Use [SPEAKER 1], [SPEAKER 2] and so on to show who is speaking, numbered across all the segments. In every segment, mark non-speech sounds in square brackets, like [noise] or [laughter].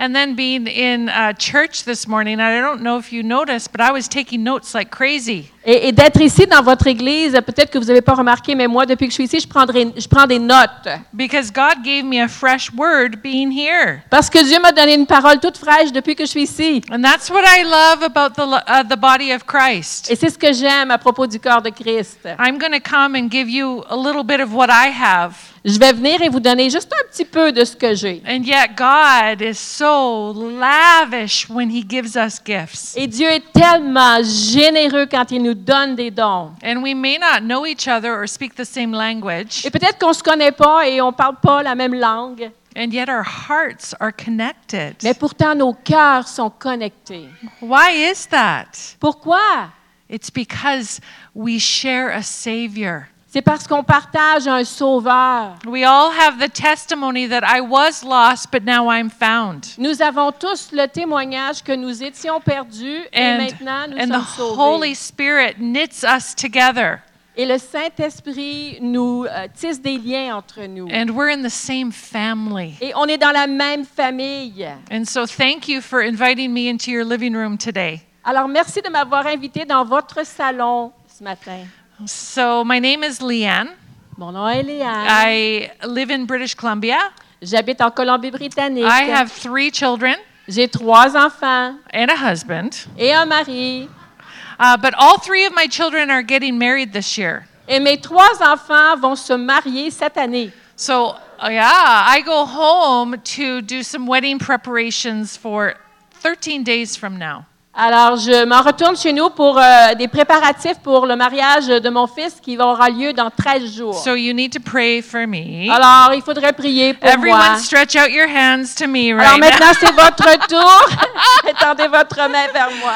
[SPEAKER 1] And then being in uh, church this morning, I don't know if you noticed, but I was taking notes like crazy.
[SPEAKER 2] Et, et d'être ici dans votre église, peut-être que vous n'avez pas remarqué, mais moi, depuis que je suis ici, je, prendrai- je prends des notes.
[SPEAKER 1] Because God gave me a fresh word being here.
[SPEAKER 2] Parce que Dieu m'a donné une parole toute fraîche depuis que je suis ici.
[SPEAKER 1] And that's what I love about the, lo- uh, the body of Christ.
[SPEAKER 2] Et c'est ce que j'aime à propos du corps de Christ.
[SPEAKER 1] I'm going to come and give you a little bit of what I have.
[SPEAKER 2] Je vais venir et vous donner juste un petit peu de ce que j'ai.
[SPEAKER 1] And yet, God is so lavish when He gives us gifts.
[SPEAKER 2] Et Dieu est tellement généreux quand il nous donne des dons.
[SPEAKER 1] And we may not know each other or speak the same language,
[SPEAKER 2] Et peut-être qu'on ne se connaît pas et on ne parle pas la même langue,
[SPEAKER 1] and yet our hearts are connected.
[SPEAKER 2] mais pourtant nos cœurs sont connectés.
[SPEAKER 1] Why is that?
[SPEAKER 2] Pourquoi?
[SPEAKER 1] It's because we share a Savior.
[SPEAKER 2] C'est parce qu'on partage un sauveur.
[SPEAKER 1] We all have the testimony that I was lost, but now I'm found.
[SPEAKER 2] Nous avons tous le témoignage que nous étions perdus et
[SPEAKER 1] And,
[SPEAKER 2] maintenant nous
[SPEAKER 1] and the
[SPEAKER 2] sommes
[SPEAKER 1] Holy
[SPEAKER 2] sauvés.
[SPEAKER 1] Spirit knits us together,
[SPEAKER 2] Et le Saint-Esprit nous euh, tisse des liens entre nous.
[SPEAKER 1] and we're in the same family.
[SPEAKER 2] Et on est dans la même famille.
[SPEAKER 1] And so, thank you for inviting me into your living room today.
[SPEAKER 2] Alors merci de m'avoir invité dans votre salon ce matin.
[SPEAKER 1] So, my name is Leanne.
[SPEAKER 2] Mon nom est Léa.
[SPEAKER 1] I live in British Columbia.
[SPEAKER 2] J'habite en Colombie-Britannique.
[SPEAKER 1] I have three children
[SPEAKER 2] J'ai trois enfants
[SPEAKER 1] and a husband,
[SPEAKER 2] et un mari.
[SPEAKER 1] uh, but all three of my children are getting married this year.
[SPEAKER 2] Et mes trois enfants vont se marier cette année.
[SPEAKER 1] So, uh, yeah, I go home to do some wedding preparations for 13 days from now.
[SPEAKER 2] Alors, je m'en retourne chez nous pour euh, des préparatifs pour le mariage de mon fils qui aura lieu dans 13 jours.
[SPEAKER 1] So, you need to pray for me.
[SPEAKER 2] Alors, il faudrait prier pour moi.
[SPEAKER 1] Everyone, stretch out your hands to me right
[SPEAKER 2] Alors maintenant,
[SPEAKER 1] now.
[SPEAKER 2] c'est votre tour. [laughs] Tendez votre main vers moi.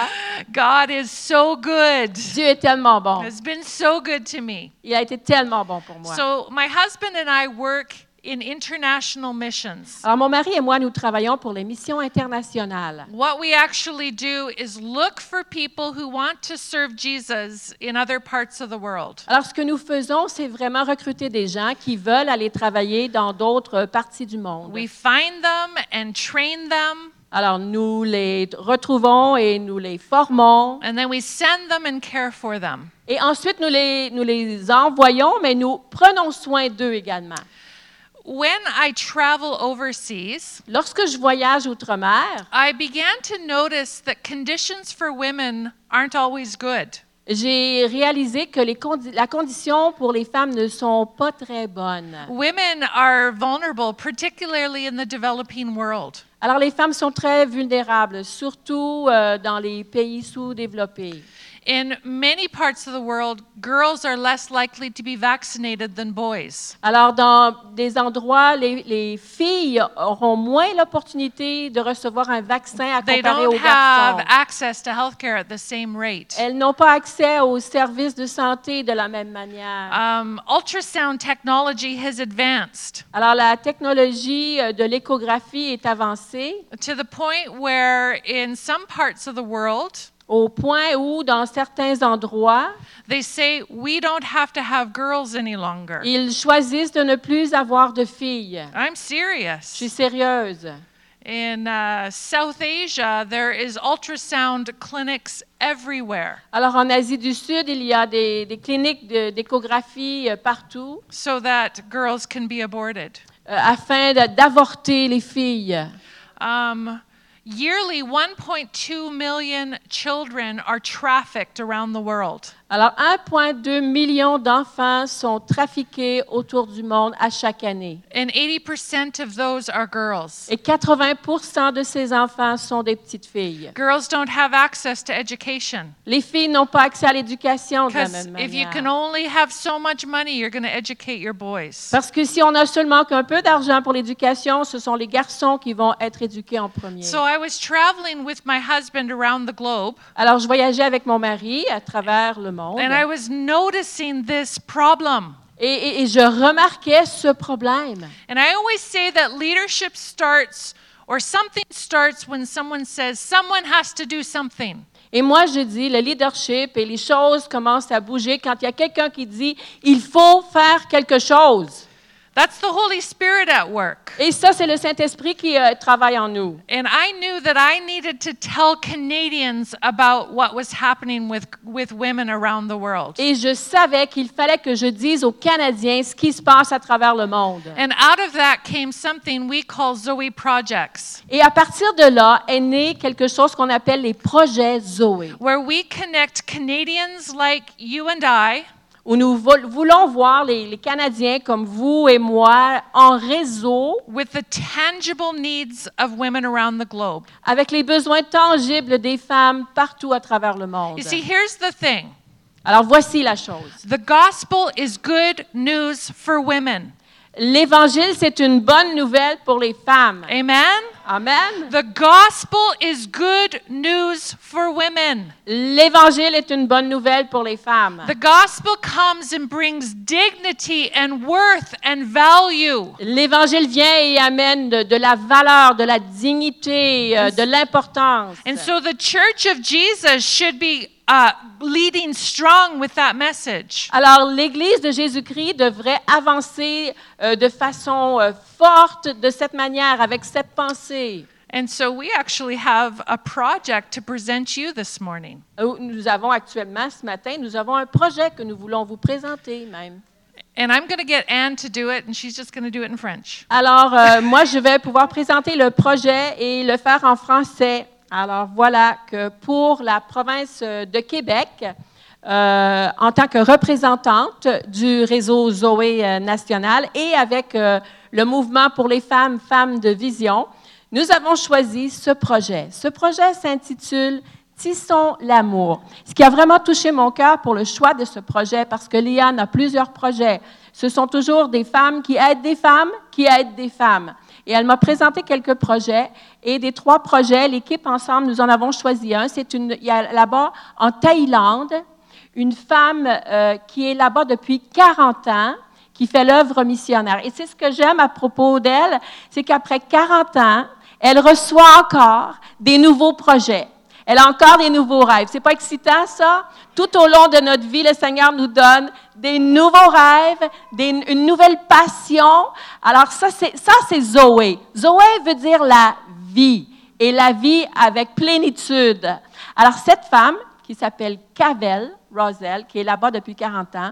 [SPEAKER 1] God is so good,
[SPEAKER 2] Dieu est tellement bon.
[SPEAKER 1] has been so good to me.
[SPEAKER 2] Il a été tellement bon pour moi.
[SPEAKER 1] So, my husband and I work in international missions.
[SPEAKER 2] Alors, mon mari et moi, nous travaillons pour les missions internationales.
[SPEAKER 1] What we actually do is look for people who want to serve Jesus in other parts of the world.
[SPEAKER 2] Alors, ce que nous faisons, c'est vraiment recruter des gens qui veulent aller travailler dans d'autres parties du monde.
[SPEAKER 1] We find them and train them,
[SPEAKER 2] Alors, nous les retrouvons et nous les formons.
[SPEAKER 1] and then we send them and care for them.
[SPEAKER 2] Et ensuite, nous les, nous les envoyons, mais nous prenons soin d'eux également.
[SPEAKER 1] When I travel overseas,
[SPEAKER 2] Lorsque je voyage outre-mer,
[SPEAKER 1] I began to notice that conditions for women aren't always good.
[SPEAKER 2] j'ai réalisé que les condi- la condition pour les femmes ne sont pas très bonnes.
[SPEAKER 1] Women are vulnerable, particularly in the developing world.
[SPEAKER 2] Alors, les femmes sont très vulnérables, surtout euh, dans les pays sous-développés.
[SPEAKER 1] In many parts of the world, girls are less likely to be vaccinated than boys.
[SPEAKER 2] Alors, dans des endroits, les, les filles auront moins l'opportunité de recevoir un vaccin à
[SPEAKER 1] They
[SPEAKER 2] comparer
[SPEAKER 1] don't
[SPEAKER 2] aux
[SPEAKER 1] have
[SPEAKER 2] garçons.
[SPEAKER 1] access to health care at the same rate.
[SPEAKER 2] Elles n'ont pas accès aux services de santé de la même manière.
[SPEAKER 1] Um, ultrasound technology has advanced
[SPEAKER 2] Alors, la technologie euh, de l'échographie est avancée
[SPEAKER 1] to the point where, in some parts of the world,
[SPEAKER 2] au point où, dans certains endroits,
[SPEAKER 1] they say we don't have to have girls any longer.
[SPEAKER 2] ils choisissent de ne plus avoir de filles.
[SPEAKER 1] I'm
[SPEAKER 2] Je
[SPEAKER 1] serious.
[SPEAKER 2] suis sérieuse.
[SPEAKER 1] In uh, South Asia, there is ultrasound clinics everywhere
[SPEAKER 2] Alors, en Asie du Sud, il y a des, des cliniques de- d'échographie euh, partout
[SPEAKER 1] so that girls can be aborted.
[SPEAKER 2] euh, afin de- d'avorter les filles.
[SPEAKER 1] Um, yearly, 1.2 million children are trafficked around the world.
[SPEAKER 2] Alors, 1,2 million d'enfants sont trafiqués autour du monde à chaque année.
[SPEAKER 1] And 80% of those are girls.
[SPEAKER 2] Et 80 de ces enfants sont des petites filles.
[SPEAKER 1] Girls don't have access to education
[SPEAKER 2] Les filles n'ont pas accès à l'éducation de la
[SPEAKER 1] because
[SPEAKER 2] même
[SPEAKER 1] if you
[SPEAKER 2] manière.
[SPEAKER 1] can only have so much money, you're going to educate your boys.
[SPEAKER 2] Parce que si on a seulement qu'un peu d'argent pour l'éducation, ce sont les garçons qui vont être éduqués en premier.
[SPEAKER 1] So I was traveling with my husband around the globe
[SPEAKER 2] Alors, je voyageais avec mon mari à travers le monde
[SPEAKER 1] and I was noticing this problem.
[SPEAKER 2] et, et- et je remarquais ce problème.
[SPEAKER 1] And I always say that leadership starts or something starts when someone says someone has to do something.
[SPEAKER 2] Et moi, je dis, le leadership et les choses commencent à bouger quand il y a quelqu'un qui dit, il faut faire quelque chose.
[SPEAKER 1] That's the Holy Spirit at work.
[SPEAKER 2] Et ça, c'est le Saint-Esprit qui euh, travaille en nous.
[SPEAKER 1] And I knew that I needed to tell Canadians about what was happening with, with women around the world.
[SPEAKER 2] Et je savais qu'il fallait que je dise aux Canadiens ce qui se passe à travers le monde.
[SPEAKER 1] And out of that came something we call Zoe Projects,
[SPEAKER 2] Et à partir de là est né quelque chose qu'on appelle les projets Zoé,
[SPEAKER 1] where we connect Canadians like you and I
[SPEAKER 2] où nous vol- voulons voir les, les Canadiens comme vous et moi en réseau
[SPEAKER 1] with the tangible needs of women around the globe.
[SPEAKER 2] avec les besoins tangibles des femmes partout à travers le monde.
[SPEAKER 1] You see, here's the thing
[SPEAKER 2] Alors voici la chose.
[SPEAKER 1] the gospel is good news for women.
[SPEAKER 2] L'Évangile, c'est une bonne nouvelle pour les femmes.
[SPEAKER 1] Amen?
[SPEAKER 2] Amen.
[SPEAKER 1] The gospel is good news for women.
[SPEAKER 2] L'Évangile est une bonne nouvelle pour les femmes.
[SPEAKER 1] The gospel comes and brings dignity and worth and value.
[SPEAKER 2] L'Évangile vient et amène de, de la valeur, de la dignité, euh, de l'importance.
[SPEAKER 1] And so the church of Jesus should be uh, leading strong with that message.
[SPEAKER 2] Alors, l'Église de Jésus-Christ devrait avancer euh, de façon euh, forte de cette manière, avec cette pensée.
[SPEAKER 1] And so we actually have a project to present you this morning.
[SPEAKER 2] Euh, Nous avons actuellement, ce matin, nous avons un projet que nous voulons vous présenter même.
[SPEAKER 1] And I'm going to get Anne to do it, and she's just going to do it in French.
[SPEAKER 2] Alors, euh, [laughs] moi, je vais pouvoir présenter le projet et le faire en français. Alors, voilà que pour la province de Québec, euh, en tant que représentante du réseau Zoé euh, national et avec euh, le mouvement pour les femmes, femmes de vision, nous avons choisi ce projet. Ce projet s'intitule Tissons l'amour. Ce qui a vraiment touché mon cœur pour le choix de ce projet, parce que Liane a plusieurs projets. Ce sont toujours des femmes qui aident des femmes, qui aident des femmes. Et elle m'a présenté quelques projets. Et des trois projets, l'équipe ensemble, nous en avons choisi un. C'est une, il y a là-bas, en Thaïlande, une femme euh, qui est là-bas depuis 40 ans, qui fait l'œuvre missionnaire. Et c'est ce que j'aime à propos d'elle, c'est qu'après 40 ans, elle reçoit encore des nouveaux projets. Elle a encore des nouveaux rêves. C'est pas excitant, ça? Tout au long de notre vie, le Seigneur nous donne des nouveaux rêves, des- une nouvelle passion. Alors, ça, c'est, ça, c'est Zoé. Zoé veut dire la vie et la vie avec plénitude. Alors, cette femme qui s'appelle Cavell Roselle, qui est là-bas depuis 40 ans,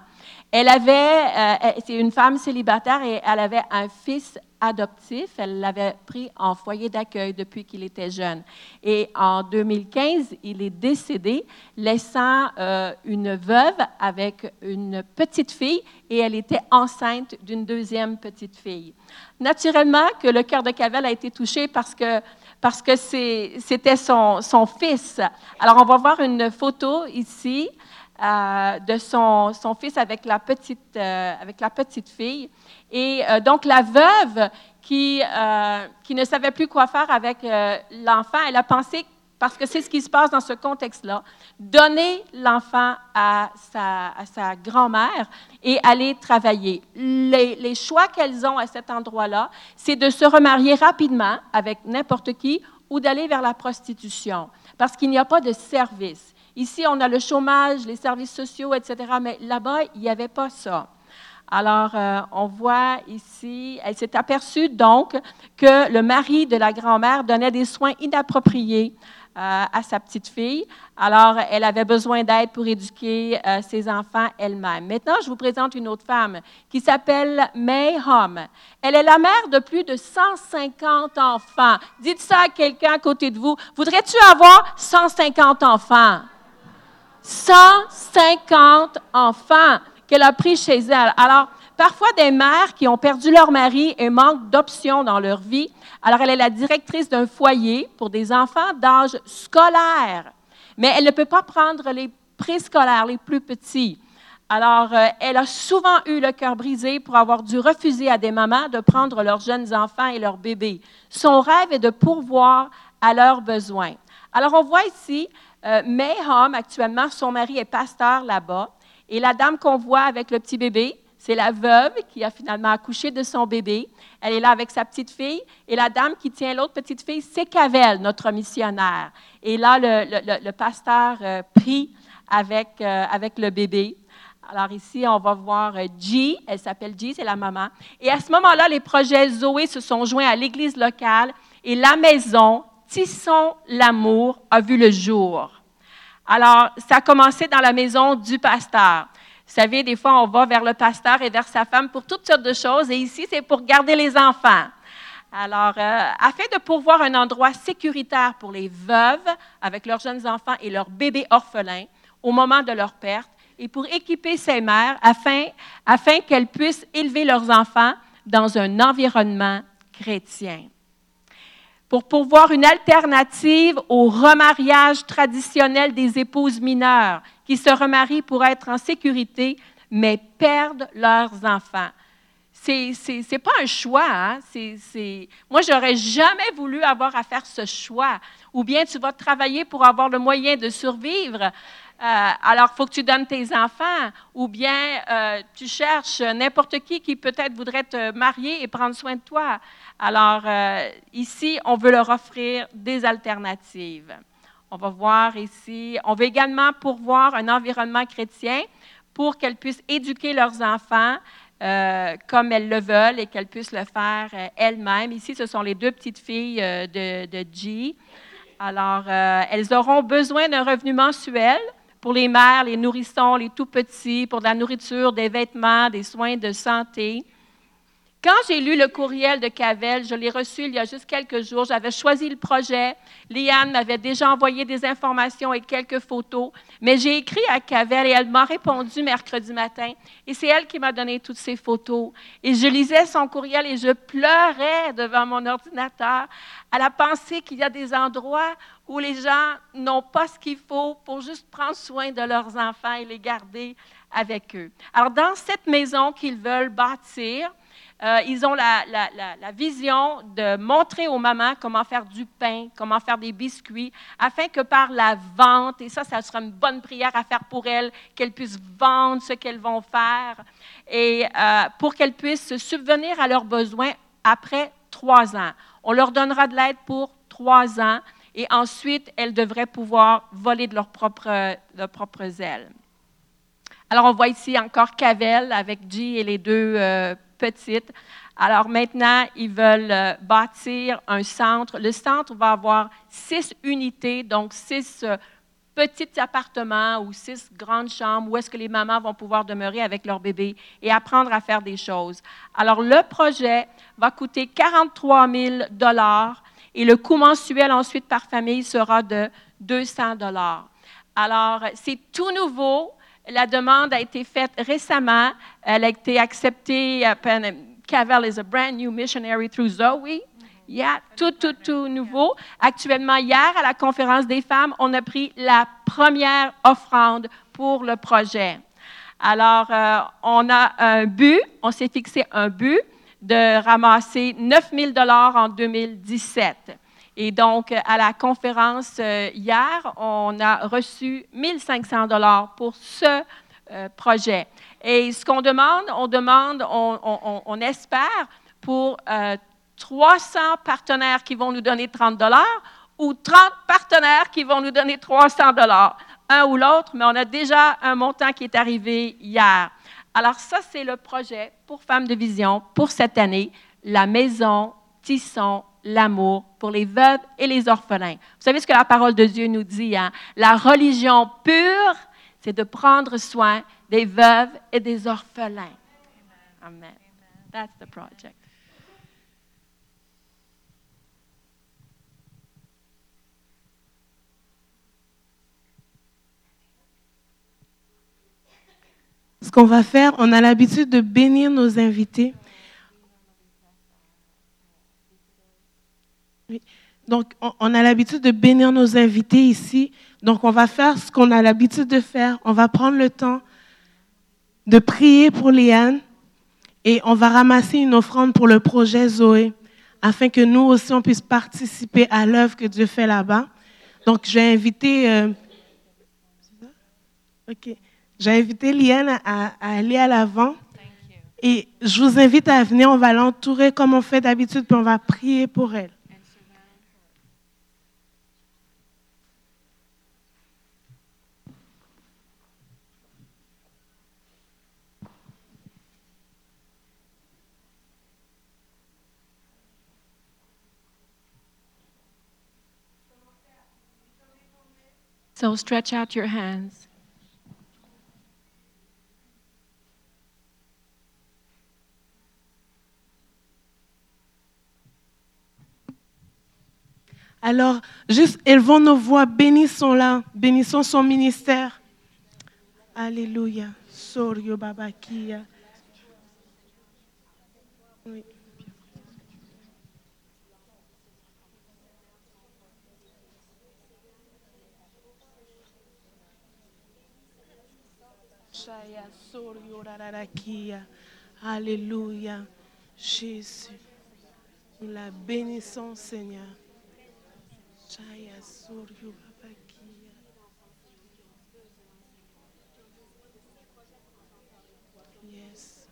[SPEAKER 2] elle avait, euh, elle- c'est une femme célibataire et elle avait un fils adoptif. Elle l'avait pris en foyer d'accueil depuis qu'il était jeune. Et en 2015, il est décédé, laissant euh, une veuve avec une petite fille et elle était enceinte d'une deuxième petite fille. Naturellement que le cœur de Cavell a été touché parce que parce que c'est- c'était son, son fils. Alors, on va voir une photo ici euh, de son, son fils avec la petite, euh, avec la petite fille. Et euh, donc, la veuve qui, euh, qui ne savait plus quoi faire avec euh, l'enfant, elle a pensé, parce que c'est ce qui se passe dans ce contexte-là, donner l'enfant à sa, à sa grand-mère et aller travailler. Les, les choix qu'elles ont à cet endroit-là, c'est de se remarier rapidement avec n'importe qui ou d'aller vers la prostitution, parce qu'il n'y a pas de service. Ici, on a le chômage, les services sociaux, etc., mais là-bas, il n'y avait pas ça. Alors, euh, on voit ici, elle s'est aperçue donc que le mari de la grand-mère donnait des soins inappropriés euh, à sa petite fille. Alors, elle avait besoin d'aide pour éduquer euh, ses enfants elle-même. Maintenant, je vous présente une autre femme qui s'appelle May Hom. Elle est la mère de plus de 150 enfants. Dites ça à quelqu'un à côté de vous. Voudrais-tu avoir 150 enfants? 150 enfants qu'elle a pris chez elle. Alors, parfois des mères qui ont perdu leur mari et manquent d'options dans leur vie. Alors, elle est la directrice d'un foyer pour des enfants d'âge scolaire, mais elle ne peut pas prendre les préscolaires, les plus petits. Alors, euh, elle a souvent eu le cœur brisé pour avoir dû refuser à des mamans de prendre leurs jeunes enfants et leurs bébés. Son rêve est de pourvoir à leurs besoins. Alors, on voit ici euh, May Hom, actuellement, son mari est pasteur là-bas. Et la dame qu'on voit avec le petit bébé, c'est la veuve qui a finalement accouché de son bébé. Elle est là avec sa petite fille. Et la dame qui tient l'autre petite fille, c'est Cavell, notre missionnaire. Et là, le, le- le- le pasteur euh, prie avec, euh, avec le bébé. Alors ici, on va voir euh, G. Elle s'appelle G, c'est la maman. Et à ce moment-là, les projets Zoé se sont joints à l'église locale et la maison Tisson l'amour a vu le jour. Alors, ça a commencé dans la maison du pasteur. Vous savez, des fois, on va vers le pasteur et vers sa femme pour toutes sortes de choses. Et ici, c'est pour garder les enfants. Alors, euh, afin de pourvoir un endroit sécuritaire pour les veuves avec leurs jeunes enfants et leurs bébés orphelins au moment de leur perte, et pour équiper ces mères afin, afin qu'elles puissent élever leurs enfants dans un environnement chrétien pour pourvoir une alternative au remariage traditionnel des épouses mineures qui se remarient pour être en sécurité, mais perdent leurs enfants. C'est c'est- c'est pas un choix. Hein? C'est- c'est- Moi, j'aurais jamais voulu avoir à faire ce choix. Ou bien tu vas travailler pour avoir le moyen de survivre. euh, alors, il faut que tu donnes tes enfants. Ou bien euh, tu cherches n'importe qui qui peut-être voudrait te marier et prendre soin de toi. Alors, euh, ici, on veut leur offrir des alternatives. On va voir ici. On veut également pourvoir un environnement chrétien pour qu'elles puissent éduquer leurs enfants euh, comme elles le veulent et qu'elles puissent le faire euh, elles-mêmes. Ici, ce sont les deux petites filles euh, de, de G. Alors, euh, elles auront besoin d'un revenu mensuel pour les mères, les nourrissons, les tout-petits, pour de la nourriture, des vêtements, des soins de santé. Quand j'ai lu le courriel de Cavell, je l'ai reçu il y a juste quelques jours, j'avais choisi le projet. Liane m'avait déjà envoyé des informations et quelques photos, mais j'ai écrit à Cavell et elle m'a répondu mercredi matin. Et c'est elle qui m'a donné toutes ces photos. Et je lisais son courriel et je pleurais devant mon ordinateur à la pensée qu'il y a des endroits où les gens n'ont pas ce qu'il faut pour juste prendre soin de leurs enfants et les garder avec eux. Alors, dans cette maison qu'ils veulent bâtir, euh, ils ont la, la- la- la vision de montrer aux mamans comment faire du pain, comment faire des biscuits, afin que par la vente, et ça, ça sera une bonne prière à faire pour elles, qu'elles puissent vendre ce qu'elles vont faire, et euh, pour qu'elles puissent subvenir à leurs besoins après trois ans. On leur donnera de l'aide pour trois ans, et ensuite, elles devraient pouvoir voler de leurs propres leur propre ailes. Alors, on voit ici encore Cavell avec G et les deux euh, petites. Alors, maintenant, ils veulent euh, bâtir un centre. Le centre va avoir six unités, donc six euh, petits appartements ou six grandes chambres où est-ce que les mamans vont pouvoir demeurer avec leur bébé et apprendre à faire des choses. Alors, le projet va coûter 43 000 et le coût mensuel ensuite par famille sera de 200 Alors, c'est tout nouveau. La demande a été faite récemment. Elle a été acceptée. euh, à peine- Cavell is a brand new missionary through Zoe. Yeah, tout, tout, tout nouveau. Actuellement, hier, à la conférence des femmes, on a pris la première offrande pour le projet. Alors, euh, on a un but, on s'est fixé un but de ramasser 9 000 en 2017. Et donc, euh, à la conférence euh, hier, on a reçu 1 500 pour ce euh, projet. Et ce qu'on demande, on demande, on, on- on- on espère pour euh, 300 partenaires qui vont nous donner 30 ou 30 partenaires qui vont nous donner 300 un ou l'autre, mais on a déjà un montant qui est arrivé hier. Alors ça, c'est le projet pour Femmes de Vision pour cette année, la maison Tisson l'amour pour les veuves et les orphelins. Vous savez ce que la parole de Dieu nous dit, hein? La religion pure, c'est de prendre soin des veuves et des orphelins. Amen. That's the project.
[SPEAKER 3] Ce qu'on va faire, on a l'habitude de bénir nos invités. Oui. Donc, on- on a l'habitude de bénir nos invités ici. Donc, on va faire ce qu'on a l'habitude de faire. On va prendre le temps de prier pour Léane et on va ramasser une offrande pour le projet Zoé afin que nous aussi, on puisse participer à l'œuvre que Dieu fait là-bas. Donc, j'ai invité... euh, OK. J'ai invité Liane à, à aller à l'avant. Et je vous invite à venir, on va l'entourer comme on fait d'habitude, puis on va prier pour elle.
[SPEAKER 2] So stretch out your hands.
[SPEAKER 3] Alors, juste élevons nos voix, bénissons-la, bénissons son ministère. Alléluia. Sorio Babakia. Oui. Shaya Sorio Rararakia. Alléluia. Jésus, nous la bénissons, Seigneur. Shaya Sorio Babakia. Yes.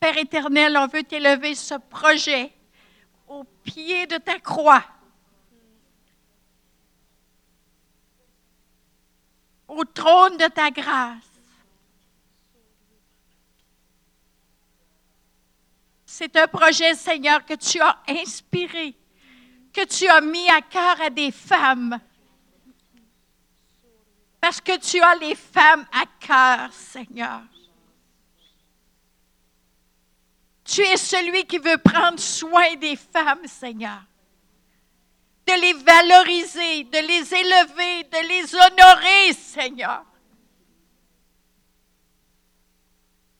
[SPEAKER 4] Père éternel, on veut t'élever ce projet au pied de ta croix. Au trône de ta grâce. C'est un projet, Seigneur, que tu as inspiré, que tu as mis à cœur à des femmes. Parce que tu as les femmes à cœur, Seigneur. Tu es celui qui veut prendre soin des femmes, Seigneur. De les valoriser, de les élever, de les honorer, Seigneur.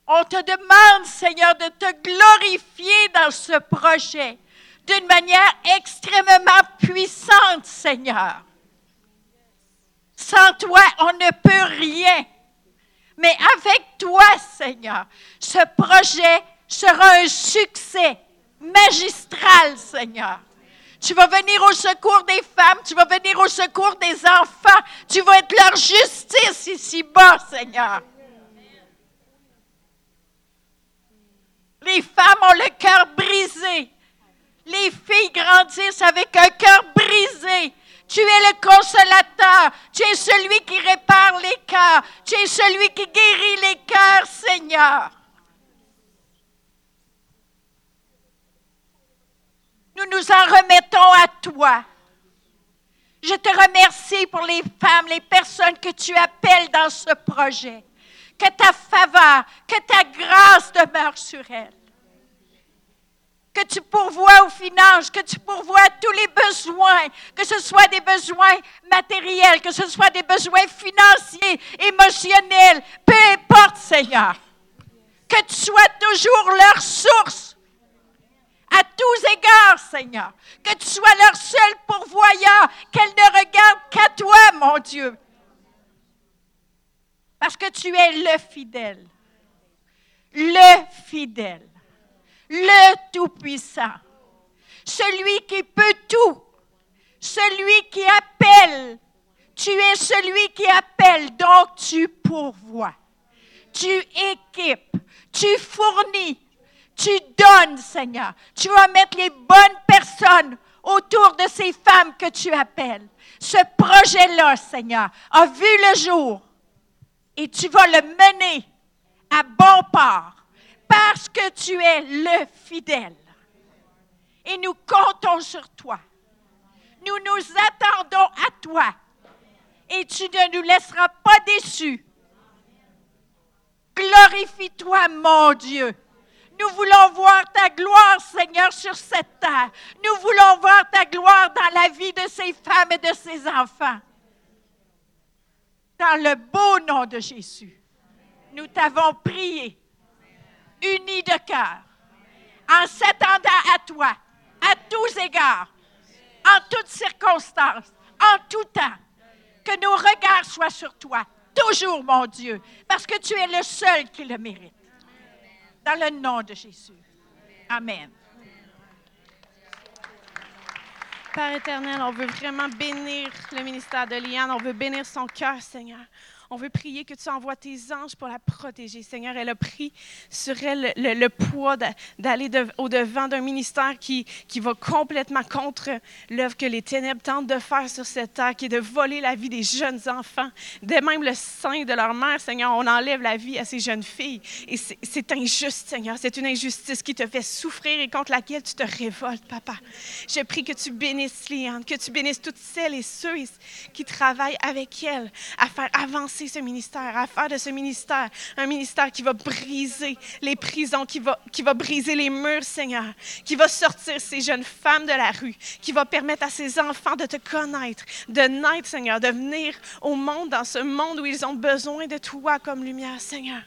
[SPEAKER 4] On te demande, Seigneur, de te glorifier dans ce projet d'une manière extrêmement puissante, Seigneur. Sans toi, on ne peut rien. Mais avec toi, Seigneur, ce projet sera un succès magistral, Seigneur. Tu vas venir au secours des femmes, tu vas venir au secours des enfants, tu vas être leur justice ici-bas, Seigneur. Les femmes ont le cœur brisé. Les filles grandissent avec un cœur brisé. Tu es le consolateur. Tu es celui qui répare les cœurs. Tu es celui qui guérit les cœurs, Seigneur. Nous nous en remettons à toi. Je te remercie pour les femmes, les personnes que tu appelles dans ce projet. Que ta faveur, que ta grâce demeure sur elles. Que tu pourvoies aux finances, que tu pourvoies à tous les besoins, que ce soit des besoins matériels, que ce soit des besoins financiers, émotionnels, peu importe, Seigneur. Que tu sois toujours leur source à tous égards, Seigneur. Que tu sois leur seul pourvoyeur, qu'elles ne regardent qu'à toi, mon Dieu. Parce que tu es le fidèle, le fidèle, le tout-puissant, celui qui peut tout, celui qui appelle. Tu es celui qui appelle, donc tu pourvois, tu équipes, tu fournis, tu donnes, Seigneur. Tu vas mettre les bonnes personnes autour de ces femmes que tu appelles. Ce projet-là, Seigneur, a vu le jour et tu vas le mener à bon port parce que tu es le fidèle. Et nous comptons sur toi. Nous nous attendons à toi et tu ne nous laisseras pas déçus. Glorifie-toi, mon Dieu. Nous voulons voir ta gloire, Seigneur, sur cette terre. Nous voulons voir ta gloire dans la vie de ces femmes et de ces enfants. Dans le beau nom de Jésus, nous t'avons prié, unis de cœur, en s'attendant à toi, à tous égards, en toutes circonstances, en tout temps. Que nos regards soient sur toi, toujours, mon Dieu, parce que tu es le seul qui le mérite dans le nom de Jésus. Amen.
[SPEAKER 5] Père éternel, on veut vraiment bénir le ministère de Liane. On veut bénir son cœur, Seigneur. On veut prier que tu envoies tes anges pour la protéger, Seigneur. Elle a pris sur elle le, le- le poids d'a- d'aller de- au-devant d'un ministère qui, qui va complètement contre l'œuvre que les ténèbres tentent de faire sur cette terre, qui est de voler la vie des jeunes enfants, dès même le sein de leur mère, Seigneur. On enlève la vie à ces jeunes filles. Et c'est- c'est injuste, Seigneur. C'est une injustice qui te fait souffrir et contre laquelle tu te révoltes, Papa. Je prie que tu bénisses Léane, que tu bénisses toutes celles et ceux qui travaillent avec elle à faire avancer ce ministère, à faire de ce ministère un ministère qui va briser les prisons, qui va, qui va briser les murs, Seigneur, qui va sortir ces jeunes femmes de la rue, qui va permettre à ces enfants de te connaître, de naître, Seigneur, de venir au monde, dans ce monde où ils ont besoin de toi comme lumière, Seigneur.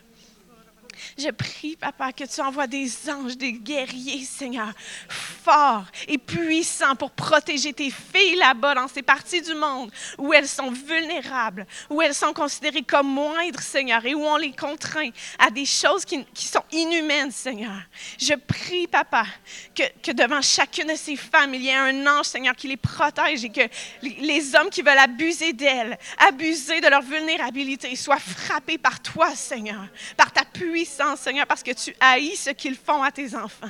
[SPEAKER 5] Je prie, Papa, que tu envoies des anges, des guerriers, Seigneur, forts et puissants pour protéger tes filles là-bas, dans ces parties du monde où elles sont vulnérables, où elles sont considérées comme moindres, Seigneur, et où on les contraint à des choses qui, qui sont inhumaines, Seigneur. Je prie, Papa, que, que devant chacune de ces femmes, il y ait un ange, Seigneur, qui les protège et que les- les hommes qui veulent abuser d'elles, abuser de leur vulnérabilité, soient frappés par toi, Seigneur, par ta puissance, Seigneur, parce que tu haïs ce qu'ils font à tes enfants.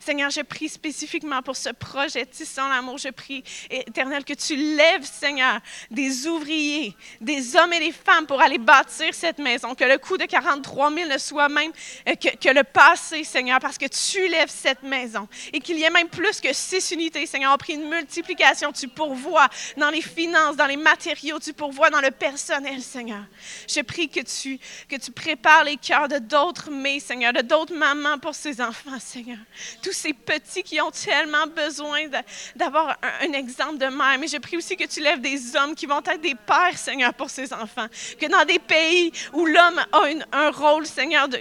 [SPEAKER 5] Seigneur, je prie spécifiquement pour ce projet Tissons l'amour. Je prie, éternel, que tu lèves, Seigneur, des ouvriers, des hommes et des femmes pour aller bâtir cette maison. Que le coût de 43 000 ne soit même euh, que, que le passé, Seigneur, parce que tu lèves cette maison. Et qu'il y ait même plus que six unités, Seigneur. On prie une multiplication. Tu pourvois dans les finances, dans les matériaux. Tu pourvois dans le personnel, Seigneur. Je prie que tu, que tu prépares les cœurs de d'autres mais, Seigneur, de d'autres mamans pour ces enfants, Seigneur. Tous ces petits qui ont tellement besoin de- d'avoir un, un exemple de mère. Mais je prie aussi que tu lèves des hommes qui vont être des pères, Seigneur, pour ces enfants. Que dans des pays où l'homme a une- un rôle, Seigneur, de,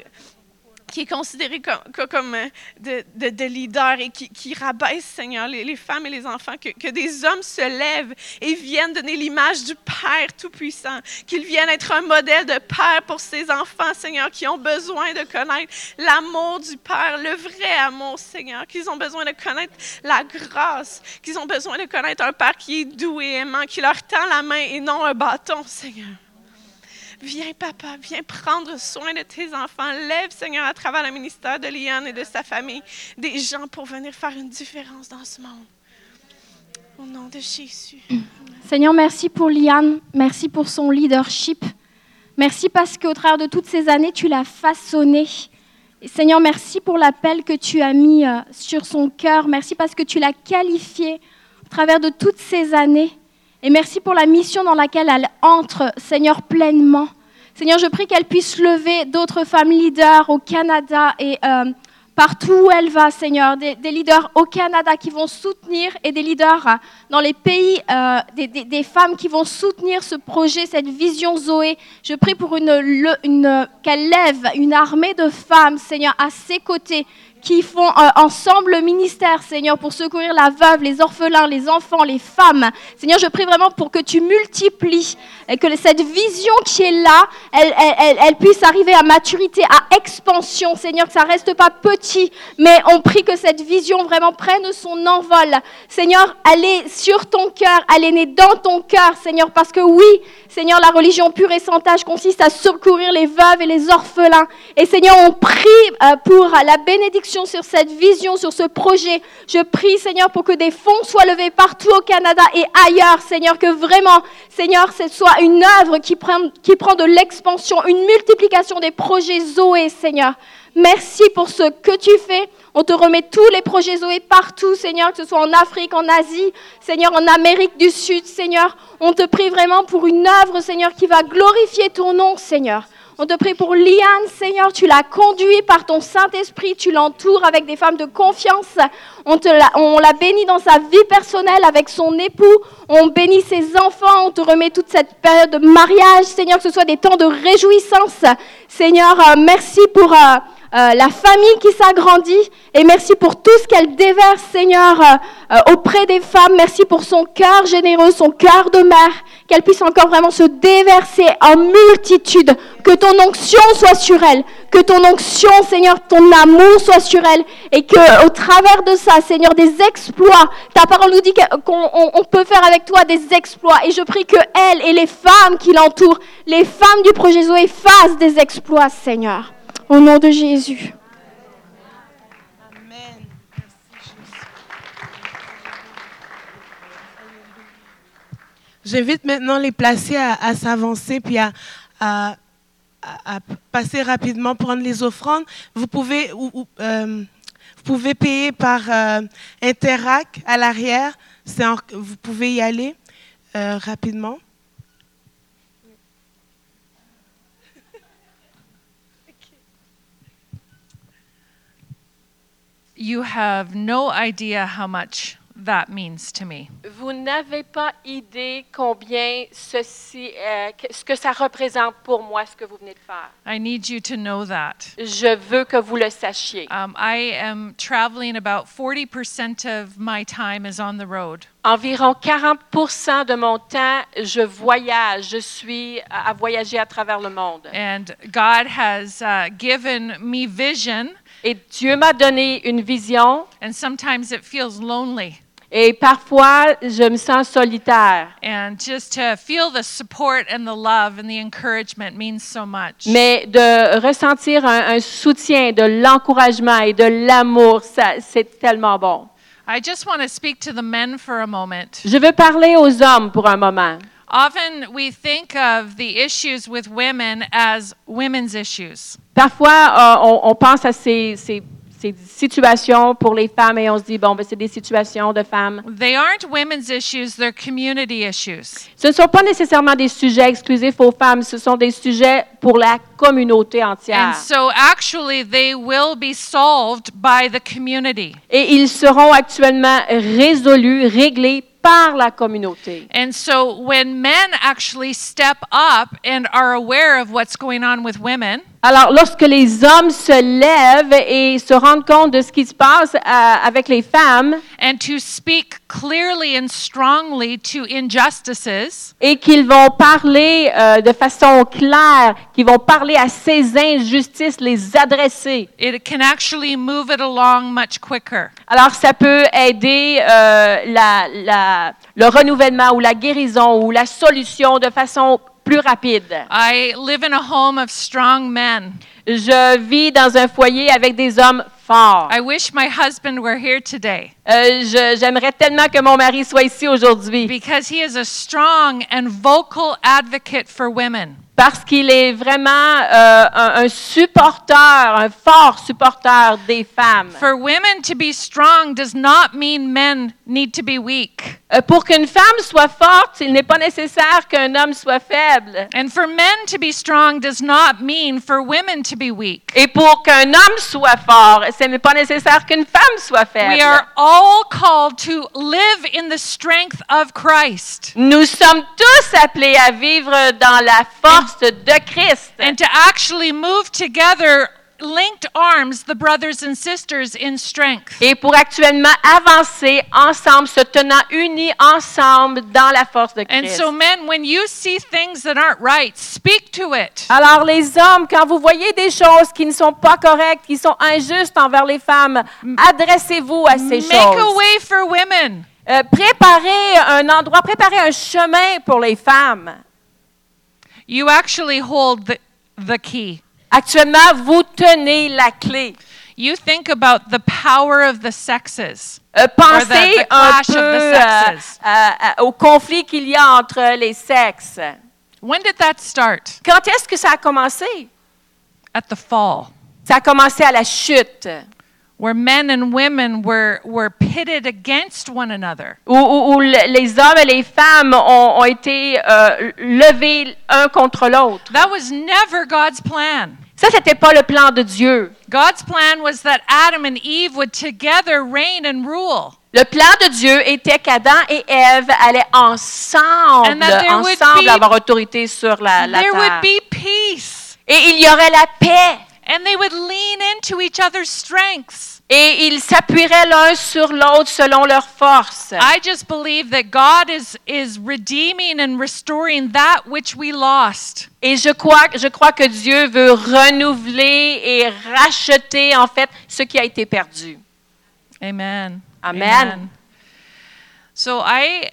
[SPEAKER 5] qui est considéré comme, co- comme, euh, de, de- de leader et qui, qui rabaisse, Seigneur, les, les femmes et les enfants, que, que des hommes se lèvent et viennent donner l'image du Père Tout-Puissant, qu'ils viennent être un modèle de Père pour ces enfants, Seigneur, qui ont besoin de connaître l'amour du Père, le vrai amour, Seigneur, qu'ils ont besoin de connaître la grâce, qu'ils ont besoin de connaître un Père qui est doux et aimant, qui leur tend la main et non un bâton, Seigneur. Viens, papa, viens prendre soin de tes enfants. Lève, Seigneur, à travers le ministère de Liane et de sa famille, des gens pour venir faire une différence dans ce monde. Au nom de Jésus.
[SPEAKER 6] Seigneur, merci pour Liane, merci pour son leadership. Merci parce qu'au travers de toutes ces années, tu l'as façonnée. Et Seigneur, merci pour l'appel que tu as mis euh, sur son cœur. Merci parce que tu l'as qualifiée au travers de toutes ces années. Et merci pour la mission dans laquelle elle entre, Seigneur, pleinement. Seigneur, je prie qu'elle puisse lever d'autres femmes leaders au Canada et euh, partout où elle va, Seigneur, des, des leaders au Canada qui vont soutenir et des leaders euh, dans les pays, euh, des, des- des femmes qui vont soutenir ce projet, cette vision Zoé. Je prie pour une, le- une- qu'elle lève une armée de femmes, Seigneur, à ses côtés, qui font euh, ensemble le ministère, Seigneur, pour secourir la veuve, les orphelins, les enfants, les femmes. Seigneur, je prie vraiment pour que tu multiplies et que cette vision qui est là, elle, elle- elle- elle puisse arriver à maturité, à expansion, Seigneur, que ça reste pas petit, mais on prie que cette vision vraiment prenne son envol. Seigneur, elle est sur ton cœur, elle est née dans ton cœur, Seigneur, parce que oui, Seigneur, la religion pure et sans tâche consiste à secourir les veuves et les orphelins. Et Seigneur, on prie euh, pour la bénédiction sur cette vision, sur ce projet. Je prie, Seigneur, pour que des fonds soient levés partout au Canada et ailleurs, Seigneur, que vraiment, Seigneur, ce soit une œuvre qui prend, qui prend de l'expansion, une multiplication des projets Zoé, Seigneur. Merci pour ce que tu fais. On te remet tous les projets Zoé partout, Seigneur, que ce soit en Afrique, en Asie, Seigneur, en Amérique du Sud, Seigneur. On te prie vraiment pour une œuvre, Seigneur, qui va glorifier ton nom, Seigneur. On te prie pour Liane, Seigneur, tu l'as conduite par ton Saint-Esprit, tu l'entoures avec des femmes de confiance. On, te la, on la bénit dans sa vie personnelle avec son époux. On bénit ses enfants. On te remet toute cette période de mariage, Seigneur, que ce soit des temps de réjouissance. Seigneur, euh, merci pour euh, euh, la famille qui s'agrandit. Et merci pour tout ce qu'elle déverse, Seigneur, euh, euh, auprès des femmes. Merci pour son cœur généreux, son cœur de mère, qu'elle puisse encore vraiment se déverser en multitude. Que ton onction soit sur elle. Que ton onction, Seigneur, ton amour soit sur elle. Et que, au travers de ça, Seigneur, des exploits, ta parole nous dit que- qu'on on- on peut faire avec toi des exploits. Et je prie que elle et les femmes qui l'entourent, les femmes du projet Zoé, fassent des exploits, Seigneur. Au nom de Jésus.
[SPEAKER 5] Amen.
[SPEAKER 3] J'invite maintenant les placés à, à s'avancer puis à, à- à- à passer rapidement prendre les offrandes. Vous pouvez, ou- ou, euh, vous pouvez payer par euh, Interac à l'arrière. C'est en- vous pouvez y aller euh, rapidement.
[SPEAKER 1] You have no idea how much that means to me.
[SPEAKER 2] Vous n'avez pas idée combien ceci, euh, que- ce que ça représente pour moi, ce que vous venez de faire.
[SPEAKER 1] I need you to know that.
[SPEAKER 2] Je veux que vous le sachiez.
[SPEAKER 1] Um, I am traveling about 40% of my time is on the road.
[SPEAKER 2] Environ 40 de mon temps, je voyage, je suis à à voyager à travers le monde.
[SPEAKER 1] And God has uh, given me vision,
[SPEAKER 2] Et Dieu m'a donné une vision
[SPEAKER 1] and sometimes it feels lonely.
[SPEAKER 2] et parfois je me sens solitaire.
[SPEAKER 1] And just to feel the support and the love and the encouragement means so much.
[SPEAKER 2] Mais de ressentir un, un soutien, de l'encouragement et de l'amour, ça, c'est tellement bon.
[SPEAKER 1] I just want to speak to the men for a moment.
[SPEAKER 2] Je veux parler aux hommes pour un moment.
[SPEAKER 1] Often we think of the issues with women as women's issues.
[SPEAKER 2] Parfois, euh, on, on pense à ces, ces- ces situations pour les femmes et on se dit, bon, ben, c'est des situations de femmes.
[SPEAKER 1] They aren't women's issues, they're community issues.
[SPEAKER 2] Ce ne sont pas nécessairement des sujets exclusifs aux femmes, ce sont des sujets pour la communauté
[SPEAKER 1] And
[SPEAKER 2] entière.
[SPEAKER 1] so actually they will be solved by the community.
[SPEAKER 2] Et ils seront actuellement résolus, réglés par la communauté.
[SPEAKER 1] And so when men actually step up and are aware of what's going on with women,
[SPEAKER 2] Alors, lorsque les hommes se lèvent et se rendent compte de ce qui se passe euh, avec les femmes
[SPEAKER 1] and to speak clearly and strongly to injustices,
[SPEAKER 2] et qu'ils vont parler euh, de façon claire, qu'ils vont parler à ces injustices, les adresser,
[SPEAKER 1] it can actually move it along much quicker.
[SPEAKER 2] alors ça peut aider euh, la- la- le renouvellement ou la guérison ou la solution de façon plus rapide.
[SPEAKER 1] I live in a home of strong men.
[SPEAKER 2] Je vis dans un foyer avec des hommes forts.
[SPEAKER 1] I wish my husband were here today
[SPEAKER 2] Euh, je- J'aimerais tellement que mon mari soit ici aujourd'hui.
[SPEAKER 1] because he is a strong and vocal advocate for women.
[SPEAKER 2] parce qu'il est vraiment euh, un, un supporteur, un fort supporteur des femmes.
[SPEAKER 1] For women to be strong does not mean men need to be weak.
[SPEAKER 2] Euh, pour qu'une femme soit forte, il n'est pas nécessaire qu'un homme soit faible.
[SPEAKER 1] And for men to be strong does not mean for women to be weak.
[SPEAKER 2] Et pour qu'un homme soit fort, ce n'est pas nécessaire qu'une femme soit
[SPEAKER 1] We
[SPEAKER 2] faible.
[SPEAKER 1] are all called to live in the strength of Christ
[SPEAKER 2] Nous sommes tous appelés à vivre dans la force de Christ
[SPEAKER 1] and to actually move together, linked arms, the brothers and sisters in strength.
[SPEAKER 2] et pour actuellement avancer ensemble, se tenant unis ensemble dans la force de
[SPEAKER 1] And
[SPEAKER 2] Christ.
[SPEAKER 1] so, men, when you see things that aren't right, speak to it.
[SPEAKER 2] Alors les hommes, quand vous voyez des choses qui ne sont pas correctes, qui sont injustes envers les femmes, adressez-vous à ces
[SPEAKER 1] Make a
[SPEAKER 2] choses.
[SPEAKER 1] way for women.
[SPEAKER 2] Euh, préparez un endroit, préparez un chemin pour les femmes.
[SPEAKER 1] You actually hold the, the key.
[SPEAKER 2] Actuellement, vous tenez la clé.
[SPEAKER 1] You think about the power of the sexes.
[SPEAKER 2] Euh, pensez
[SPEAKER 1] the
[SPEAKER 2] un
[SPEAKER 1] clash of
[SPEAKER 2] peu
[SPEAKER 1] the
[SPEAKER 2] euh,
[SPEAKER 1] sexes.
[SPEAKER 2] à- à- au conflit qu'il y a entre les sexes.
[SPEAKER 1] When did that start?
[SPEAKER 2] Quand est-ce que ça a commencé?
[SPEAKER 1] At the fall,
[SPEAKER 2] Ça a commencé à la chute,
[SPEAKER 1] where men and women were, were pitted against one another.
[SPEAKER 2] où, où- où le- les hommes et les femmes ont, ont été euh, levés un contre l'autre.
[SPEAKER 1] That was never God's plan.
[SPEAKER 2] Ça, c'était pas le plan de Dieu.
[SPEAKER 1] God's plan was that Adam and Eve would together reign and rule,
[SPEAKER 2] Le plan de Dieu était qu'Adam et Ève allaient ensemble,
[SPEAKER 1] And that there would
[SPEAKER 2] ensemble
[SPEAKER 1] be-
[SPEAKER 2] avoir autorité sur la, la
[SPEAKER 1] there
[SPEAKER 2] terre.
[SPEAKER 1] would be peace.
[SPEAKER 2] Et il y aurait la paix.
[SPEAKER 1] and they would lean into each other's strengths.
[SPEAKER 2] Et ils s'appuieraient l'un sur l'autre selon leurs forces.
[SPEAKER 1] I just believe that God is is redeeming and restoring that which we lost.
[SPEAKER 2] Et je crois, je crois que Dieu veut renouveler et racheter, en fait, ce qui a été perdu.
[SPEAKER 1] Amen.
[SPEAKER 2] Amen.
[SPEAKER 1] So I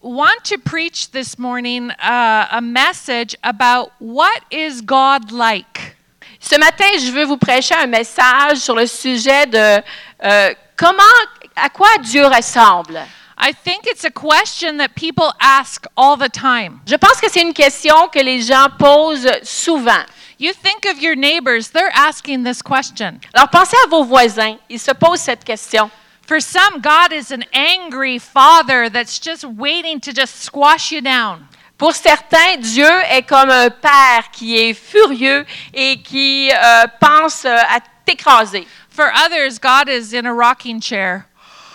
[SPEAKER 1] want to preach this morning uh, a message about what is God like?
[SPEAKER 2] Ce matin, je veux vous prêcher un message sur le sujet de euh, comment, à quoi Dieu ressemble.
[SPEAKER 1] I think it's a question that people ask all the time.
[SPEAKER 2] Je pense que c'est une question que les gens posent souvent.
[SPEAKER 1] You think of your neighbors, they're asking this question.
[SPEAKER 2] Alors, pensez à vos voisins. Ils se posent cette question.
[SPEAKER 1] For some, God is an angry father that's just waiting to just squash you down.
[SPEAKER 2] Pour certains, Dieu est comme un père qui est furieux et qui euh, pense euh, à t'écraser.
[SPEAKER 1] For others, God is in a rocking chair.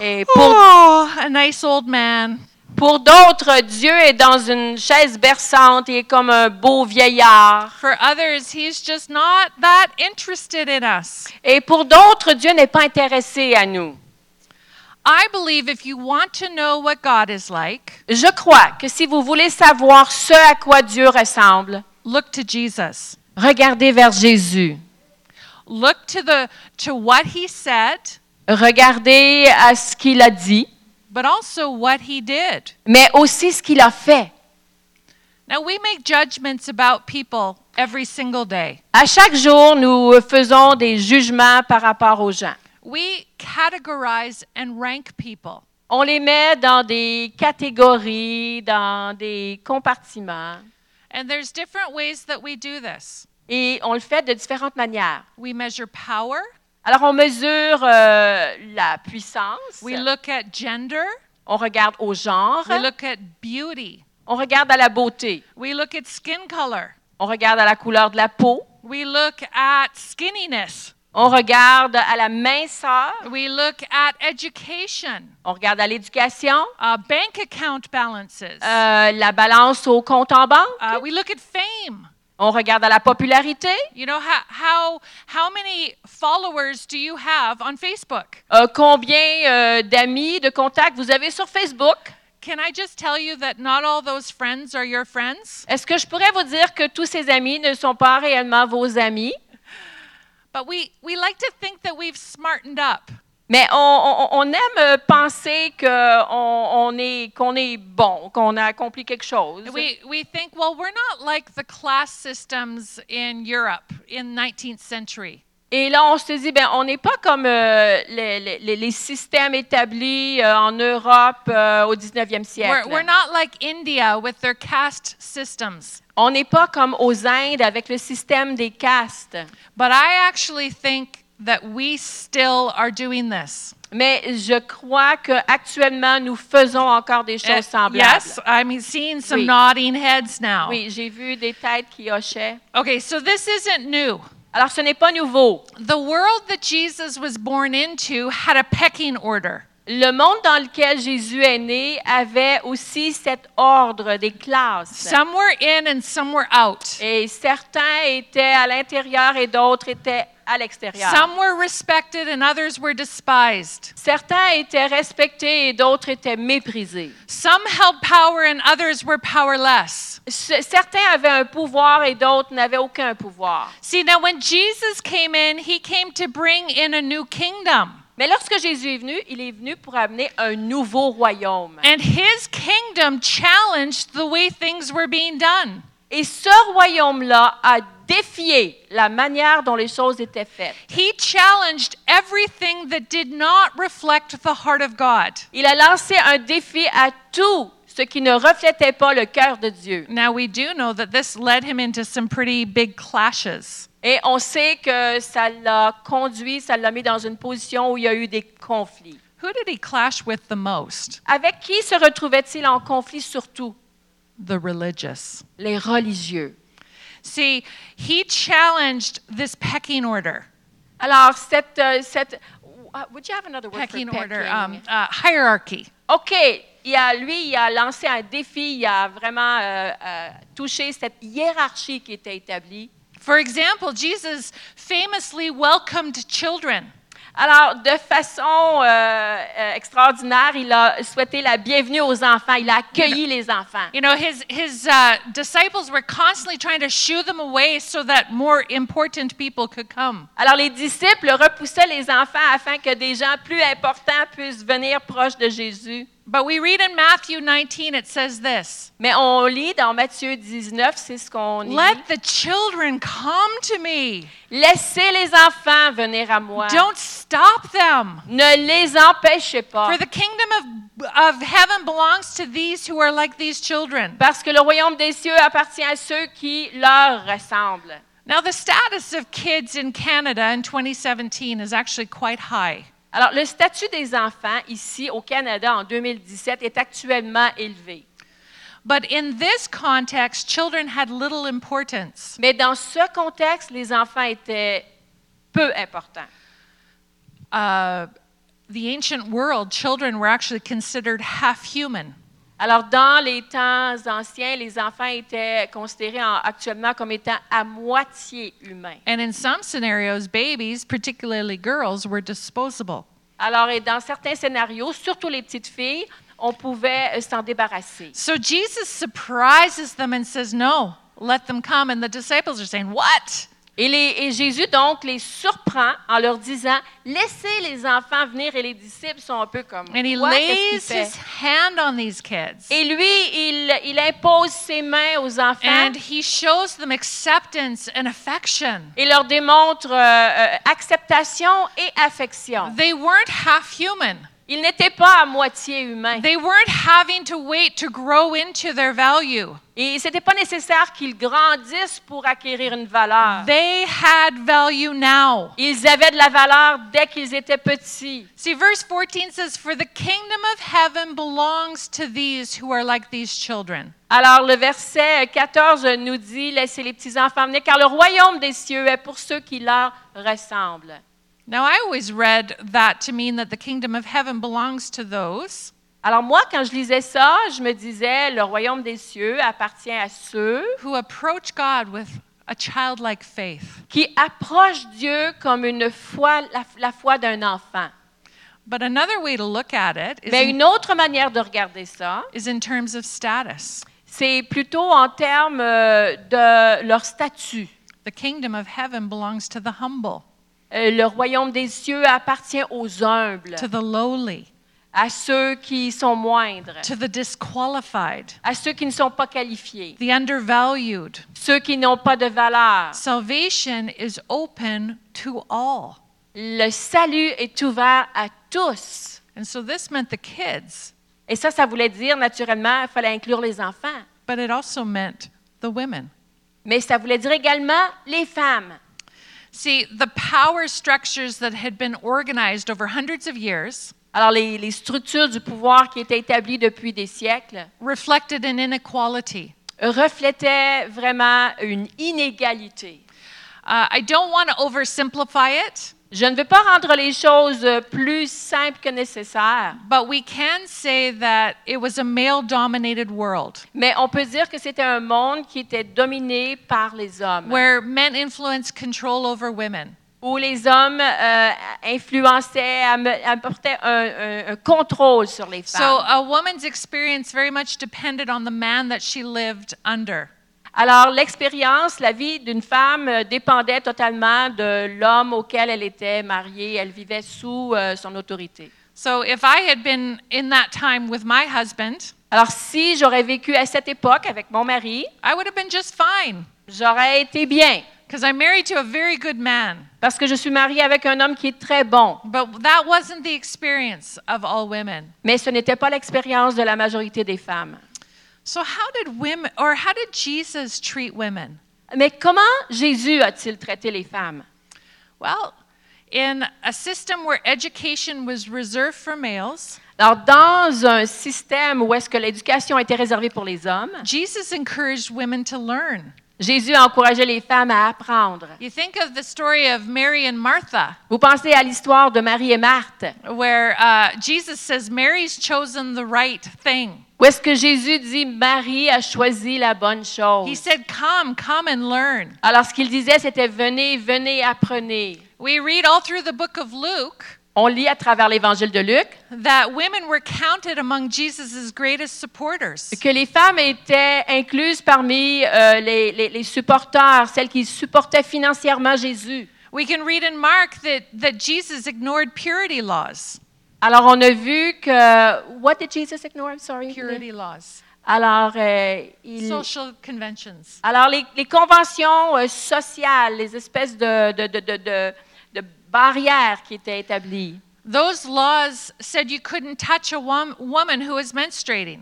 [SPEAKER 2] Et pour,
[SPEAKER 1] Oh, a nice old man.
[SPEAKER 2] pour d'autres, Dieu est dans une chaise berçante et est comme un beau vieillard.
[SPEAKER 1] For others, he's just not that interested in us.
[SPEAKER 2] Et pour d'autres, Dieu n'est pas intéressé à nous.
[SPEAKER 1] I believe if you want to know what God is like,
[SPEAKER 2] Je crois que si vous voulez savoir ce à quoi Dieu ressemble,
[SPEAKER 1] look to Jesus.
[SPEAKER 2] regardez vers Jésus.
[SPEAKER 1] Look to the to what he said,
[SPEAKER 2] Regardez à ce qu'il a dit,
[SPEAKER 1] but also what he did.
[SPEAKER 2] mais aussi ce qu'il a fait.
[SPEAKER 1] Now we make judgments about people every single day.
[SPEAKER 2] À chaque jour, nous faisons des jugements par rapport aux gens.
[SPEAKER 1] We categorize and rank people.
[SPEAKER 2] On les met dans des catégories, dans des compartiments,
[SPEAKER 1] And there's different ways that we do this.
[SPEAKER 2] et on le fait de différentes manières.
[SPEAKER 1] We measure power,
[SPEAKER 2] Alors, on mesure euh, la puissance,
[SPEAKER 1] we look at gender,
[SPEAKER 2] on regarde au genre,
[SPEAKER 1] we look at beauty,
[SPEAKER 2] on regarde à la beauté,
[SPEAKER 1] we look at skin color,
[SPEAKER 2] on regarde à la couleur de la peau,
[SPEAKER 1] we look at skinniness,
[SPEAKER 2] on regarde à la minceur,
[SPEAKER 1] we look at education,
[SPEAKER 2] on regarde à l'éducation,
[SPEAKER 1] uh, bank account balances,
[SPEAKER 2] euh, la balance au compte en banque,
[SPEAKER 1] uh, we look at fame.
[SPEAKER 2] on regarde à la popularité,
[SPEAKER 1] You know how, how how many followers do you have on Facebook?
[SPEAKER 2] euh, combien euh, d'amis, de contacts vous avez sur Facebook.
[SPEAKER 1] Can I just tell you that not all those friends are your friends,
[SPEAKER 2] Est-ce que je pourrais vous dire que tous ces amis ne sont pas réellement vos amis?
[SPEAKER 1] but we we like to think that we've smartened up.
[SPEAKER 2] Mais on, on- on aime euh, penser qu'on on est, qu'on est bon, qu'on a accompli quelque chose.
[SPEAKER 1] We we think well we're not like the class systems in Europe in 19th century.
[SPEAKER 2] Et là, on se dit, ben, on n'est pas comme euh, les, les- les systèmes établis euh, en Europe euh, au 19e siècle.
[SPEAKER 1] We're, we're not like India with their caste systems.
[SPEAKER 2] On n'est pas comme aux Indes avec le système des castes.
[SPEAKER 1] But I actually think that we still are doing this.
[SPEAKER 2] Mais je crois qu'actuellement, nous faisons encore des choses
[SPEAKER 1] Uh,
[SPEAKER 2] semblables.
[SPEAKER 1] yes, I'm seeing some
[SPEAKER 2] Oui.
[SPEAKER 1] nodding heads now.
[SPEAKER 2] Oui, j'ai vu des têtes qui hochaient.
[SPEAKER 1] Okay, so this isn't new.
[SPEAKER 2] Alors, ce n'est pas nouveau.
[SPEAKER 1] The world that Jesus was born into had a pecking order.
[SPEAKER 2] Le monde dans lequel Jésus est né avait aussi cet ordre des classes.
[SPEAKER 1] Some were in and some were out.
[SPEAKER 2] Et certains étaient à l'intérieur et d'autres étaient à l'extérieur.
[SPEAKER 1] Some were respected and others were despised.
[SPEAKER 2] Certains étaient respectés et d'autres étaient méprisés.
[SPEAKER 1] Some held power and others were powerless.
[SPEAKER 2] Ce- Certains avaient un pouvoir et d'autres n'avaient aucun pouvoir.
[SPEAKER 1] See, now when Jesus came in, he came to bring in a new kingdom.
[SPEAKER 2] Mais lorsque Jésus est venu, il est venu pour amener un nouveau royaume.
[SPEAKER 1] And his kingdom challenged the way things were being done.
[SPEAKER 2] Et ce royaume-là a défié la manière dont les choses étaient faites.
[SPEAKER 1] He challenged everything that did not reflect the heart of God.
[SPEAKER 2] Il a lancé un défi à tout ce qui ne reflétait pas le cœur de Dieu.
[SPEAKER 1] Now, we do know that this led him into some pretty big clashes.
[SPEAKER 2] Et on sait que ça l'a conduit, ça l'a mis dans une position où il y a eu des conflits.
[SPEAKER 1] Who did he clash with the most?
[SPEAKER 2] Avec qui se retrouvait-il en conflit surtout?
[SPEAKER 1] The religious.
[SPEAKER 2] Les religieux.
[SPEAKER 1] See, he challenged this pecking order,
[SPEAKER 2] Alors, cette... euh, cette uh, would you have another word
[SPEAKER 1] pecking,
[SPEAKER 2] for
[SPEAKER 1] order,
[SPEAKER 2] pecking?
[SPEAKER 1] um, uh, hierarchy.
[SPEAKER 2] OK. Il a, lui, il a lancé un défi, il a vraiment euh, euh, touché cette hiérarchie qui était établie.
[SPEAKER 1] For example, Jesus famously welcomed children.
[SPEAKER 2] Alors, de façon euh, euh, extraordinaire, il a souhaité la bienvenue aux enfants. Il a accueilli les enfants.
[SPEAKER 1] You know, his, his uh, disciples were constantly trying to shoo them away so that more important people could come.
[SPEAKER 2] Alors, les disciples repoussaient les enfants afin que des gens plus importants puissent venir proche de Jésus.
[SPEAKER 1] But we read in Matthew 19, it says this
[SPEAKER 2] Mais on lit dans Matthieu 19, c'est ce qu'on lit.
[SPEAKER 1] Let the children come to me,
[SPEAKER 2] Laissez les enfants venir à moi.
[SPEAKER 1] don't stop them.
[SPEAKER 2] ne les empêchez pas.
[SPEAKER 1] For the kingdom of, of heaven belongs to these who are like these children.
[SPEAKER 2] Parce que le royaume des cieux appartient à ceux qui leur ressemblent.
[SPEAKER 1] Now, the status of kids in Canada in 2017 is actually quite high.
[SPEAKER 2] Alors, le statut des enfants ici au Canada en 2017 est actuellement élevé.
[SPEAKER 1] But in this context, children had little importance.
[SPEAKER 2] Mais dans ce contexte, les enfants étaient peu importants.
[SPEAKER 1] Uh, the ancient world, children were actually considered half human.
[SPEAKER 2] Alors, dans les temps anciens, les enfants étaient considérés en- actuellement comme étant à moitié humains.
[SPEAKER 1] And in some scenarios, babies, particularly girls, were disposable.
[SPEAKER 2] Alors, et dans certains scénarios, surtout les petites filles, on pouvait euh, s'en débarrasser.
[SPEAKER 1] So Jesus surprises them and says, No, let them come. And the disciples are saying, What?
[SPEAKER 2] Et, les- et Jésus donc les surprend en leur disant laissez les enfants venir et les disciples sont un peu comme
[SPEAKER 1] And he
[SPEAKER 2] Quoi? Qu'est-ce
[SPEAKER 1] lays
[SPEAKER 2] qu'il fait?
[SPEAKER 1] his hand on these kids.
[SPEAKER 2] Et lui il, il impose ses mains aux enfants
[SPEAKER 1] And he shows them acceptance and affection.
[SPEAKER 2] et leur démontre euh, euh, acceptation et affection.
[SPEAKER 1] They weren't half human.
[SPEAKER 2] Ils n'étaient pas à moitié humains
[SPEAKER 1] They weren't having to wait to grow into their value.
[SPEAKER 2] et c'était pas nécessaire qu'ils grandissent pour acquérir une valeur.
[SPEAKER 1] They had value now.
[SPEAKER 2] Ils avaient de la valeur dès qu'ils étaient petits.
[SPEAKER 1] See, verse 14 says, For the kingdom of heaven belongs to these who are like these children.
[SPEAKER 2] Alors, le verset 14 nous dit, laissez les petits-enfants venir, car le royaume des cieux est pour ceux qui leur ressemblent.
[SPEAKER 1] Now, I always read that to mean that the kingdom of heaven belongs to those
[SPEAKER 2] Alors, moi, quand je lisais ça, je me disais, le royaume des cieux appartient à ceux
[SPEAKER 1] who approach God with a childlike faith.
[SPEAKER 2] qui approchent Dieu comme une foi, la, la foi d'un enfant.
[SPEAKER 1] But another way to look at it is,
[SPEAKER 2] Mais une autre manière de regarder ça,
[SPEAKER 1] is in terms of status.
[SPEAKER 2] c'est plutôt en termes euh, de leur statut.
[SPEAKER 1] The kingdom of heaven belongs to the humble,
[SPEAKER 2] Euh, Le royaume des cieux appartient aux humbles,
[SPEAKER 1] to the lowly,
[SPEAKER 2] à ceux qui sont moindres,
[SPEAKER 1] to the disqualified,
[SPEAKER 2] à ceux qui ne sont pas qualifiés.
[SPEAKER 1] the undervalued.
[SPEAKER 2] ceux qui n'ont pas de valeur.
[SPEAKER 1] Salvation is open to all.
[SPEAKER 2] Le salut est ouvert à tous.
[SPEAKER 1] And so this meant the kids,
[SPEAKER 2] Et ça, ça voulait dire, naturellement, il fallait inclure les enfants.
[SPEAKER 1] but it also meant the women.
[SPEAKER 2] Mais ça voulait dire également les femmes.
[SPEAKER 1] See, the power structures that had been organized over hundreds of years,
[SPEAKER 2] Alors, les, les structures du pouvoir qui étaient établies depuis des siècles
[SPEAKER 1] reflected an inequality.
[SPEAKER 2] reflétaient vraiment une inégalité.
[SPEAKER 1] Uh, I don't want to oversimplify it,
[SPEAKER 2] Je ne veux pas rendre les choses plus simples que nécessaire,
[SPEAKER 1] but we can say that it was a male dominated world
[SPEAKER 2] mais on peut dire que c'était un monde qui était dominé par les hommes,
[SPEAKER 1] where men influenced control over women.
[SPEAKER 2] où les hommes euh, influençaient, am- apportaient un, un- un contrôle sur les
[SPEAKER 1] So
[SPEAKER 2] femmes.
[SPEAKER 1] a woman's experience very much depended on the man that she lived under.
[SPEAKER 2] Alors, l'expérience, la vie d'une femme euh, dépendait totalement de l'homme auquel elle était mariée. Elle vivait sous euh, son autorité.
[SPEAKER 1] So if I had been in that time with my husband,
[SPEAKER 2] Alors, si j'aurais vécu à cette époque avec mon mari,
[SPEAKER 1] I would have been just fine
[SPEAKER 2] j'aurais été bien
[SPEAKER 1] because I'm married to a very good man.
[SPEAKER 2] parce que je suis mariée avec un homme qui est très bon.
[SPEAKER 1] But that wasn't the experience of all women.
[SPEAKER 2] Mais ce n'était pas l'expérience de la majorité des femmes.
[SPEAKER 1] So how did women or how did Jesus treat women?
[SPEAKER 2] Mais comment Jésus a-t-il traité les femmes?
[SPEAKER 1] Well, in a system where education was reserved for males,
[SPEAKER 2] Alors, dans un système où est-ce que l'éducation était réservée pour les hommes,
[SPEAKER 1] Jesus encouraged women to learn.
[SPEAKER 2] Jésus a encouragé les femmes à apprendre.
[SPEAKER 1] You think of the story of Mary and Martha.
[SPEAKER 2] Vous pensez à l'histoire de Marie et Marthe,
[SPEAKER 1] where uh, Jesus says Mary's chosen the right thing.
[SPEAKER 2] Où est-ce que Jésus dit Marie a choisi la bonne
[SPEAKER 1] He
[SPEAKER 2] chose?
[SPEAKER 1] said, Come, come and learn.
[SPEAKER 2] Alors, ce qu'il disait, c'était venez, venez, apprenez.
[SPEAKER 1] We read all through the book of Luke
[SPEAKER 2] On lit à travers l'Évangile de Luc
[SPEAKER 1] that women were counted among Jesus' greatest supporters.
[SPEAKER 2] que les femmes étaient incluses parmi euh, les, les- les supporters, celles qui supportaient financièrement Jésus.
[SPEAKER 1] We can read in Mark that, that Jesus ignored purity laws.
[SPEAKER 2] Alors, on a vu que. What did Jesus ignore? I'm sorry.
[SPEAKER 1] Purity laws,
[SPEAKER 2] Alors, euh, il-
[SPEAKER 1] social conventions.
[SPEAKER 2] alors les, les conventions euh, sociales, les espèces de, de- de- de- de- de barrières qui étaient établies.
[SPEAKER 1] Those laws said you couldn't touch a wom- woman who was menstruating.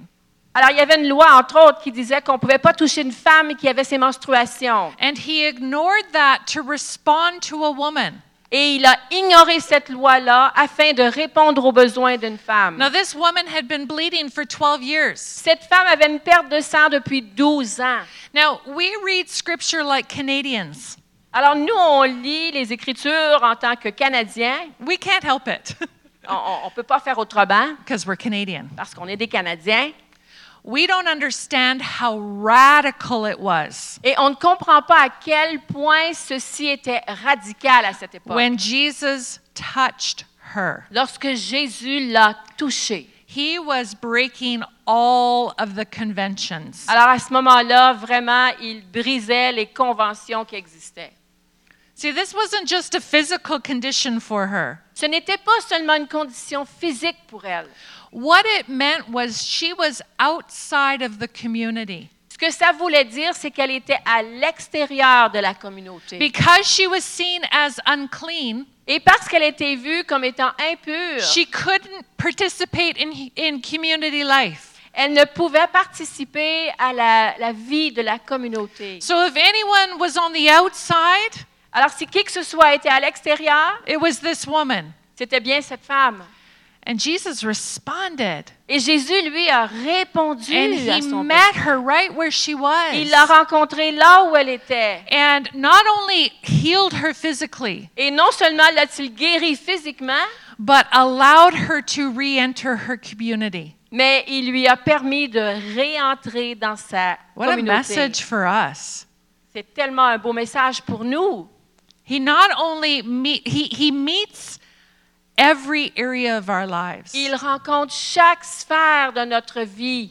[SPEAKER 2] Alors, il y avait une loi, entre autres, qui disait qu'on ne pouvait pas toucher une femme qui avait ses menstruations.
[SPEAKER 1] And he ignored that to respond to a woman.
[SPEAKER 2] Et il a ignoré cette loi-là afin de répondre aux besoins d'une femme.
[SPEAKER 1] Now, this woman had been bleeding for 12 years.
[SPEAKER 2] Cette femme avait une perte de sang depuis 12 ans.
[SPEAKER 1] Now, we read scripture like Canadians.
[SPEAKER 2] Alors, nous, on lit les Écritures en tant que Canadiens.
[SPEAKER 1] We can't help it [laughs]
[SPEAKER 2] On ne peut pas faire autrement
[SPEAKER 1] because we're Canadian.
[SPEAKER 2] parce qu'on est des Canadiens.
[SPEAKER 1] We don't understand how radical it was
[SPEAKER 2] Et on ne comprend pas à quel point ceci était radical à cette époque.
[SPEAKER 1] when Jesus touched her.
[SPEAKER 2] Lorsque Jésus l'a touchée.
[SPEAKER 1] He was breaking all of the conventions.
[SPEAKER 2] Alors, à ce moment-là, vraiment, il brisait les conventions qui existaient.
[SPEAKER 1] See, this wasn't just a physical condition for her.
[SPEAKER 2] Ce n'était pas seulement une condition physique pour elle.
[SPEAKER 1] What it meant was she was outside of the community.
[SPEAKER 2] Ce que ça voulait dire, c'est qu'elle était à l'extérieur de la communauté.
[SPEAKER 1] Because she was seen as unclean,
[SPEAKER 2] Et parce qu'elle était vue comme étant impure,
[SPEAKER 1] she couldn't participate in, in community life.
[SPEAKER 2] elle ne pouvait participer à la, la vie de la communauté.
[SPEAKER 1] So if anyone was on the outside,
[SPEAKER 2] Alors si qui que ce soit était à l'extérieur,
[SPEAKER 1] it was this woman.
[SPEAKER 2] c'était bien cette femme.
[SPEAKER 1] And Jesus responded.
[SPEAKER 2] Et Jésus, lui, a répondu
[SPEAKER 1] And
[SPEAKER 2] à
[SPEAKER 1] he
[SPEAKER 2] son
[SPEAKER 1] met
[SPEAKER 2] besoin.
[SPEAKER 1] her right where she was.
[SPEAKER 2] Il l'a rencontrée là où elle était.
[SPEAKER 1] and not only healed her physically,
[SPEAKER 2] Et non seulement l'a-t-il guérie physiquement,
[SPEAKER 1] but allowed her to re enter her community.
[SPEAKER 2] mais il lui a permis de réentrer dans sa
[SPEAKER 1] What a
[SPEAKER 2] communauté.
[SPEAKER 1] message for us.
[SPEAKER 2] C'est tellement un beau message pour nous.
[SPEAKER 1] He not only meet, he, he meets every area of our lives.
[SPEAKER 2] Il rencontre chaque sphère de notre vie.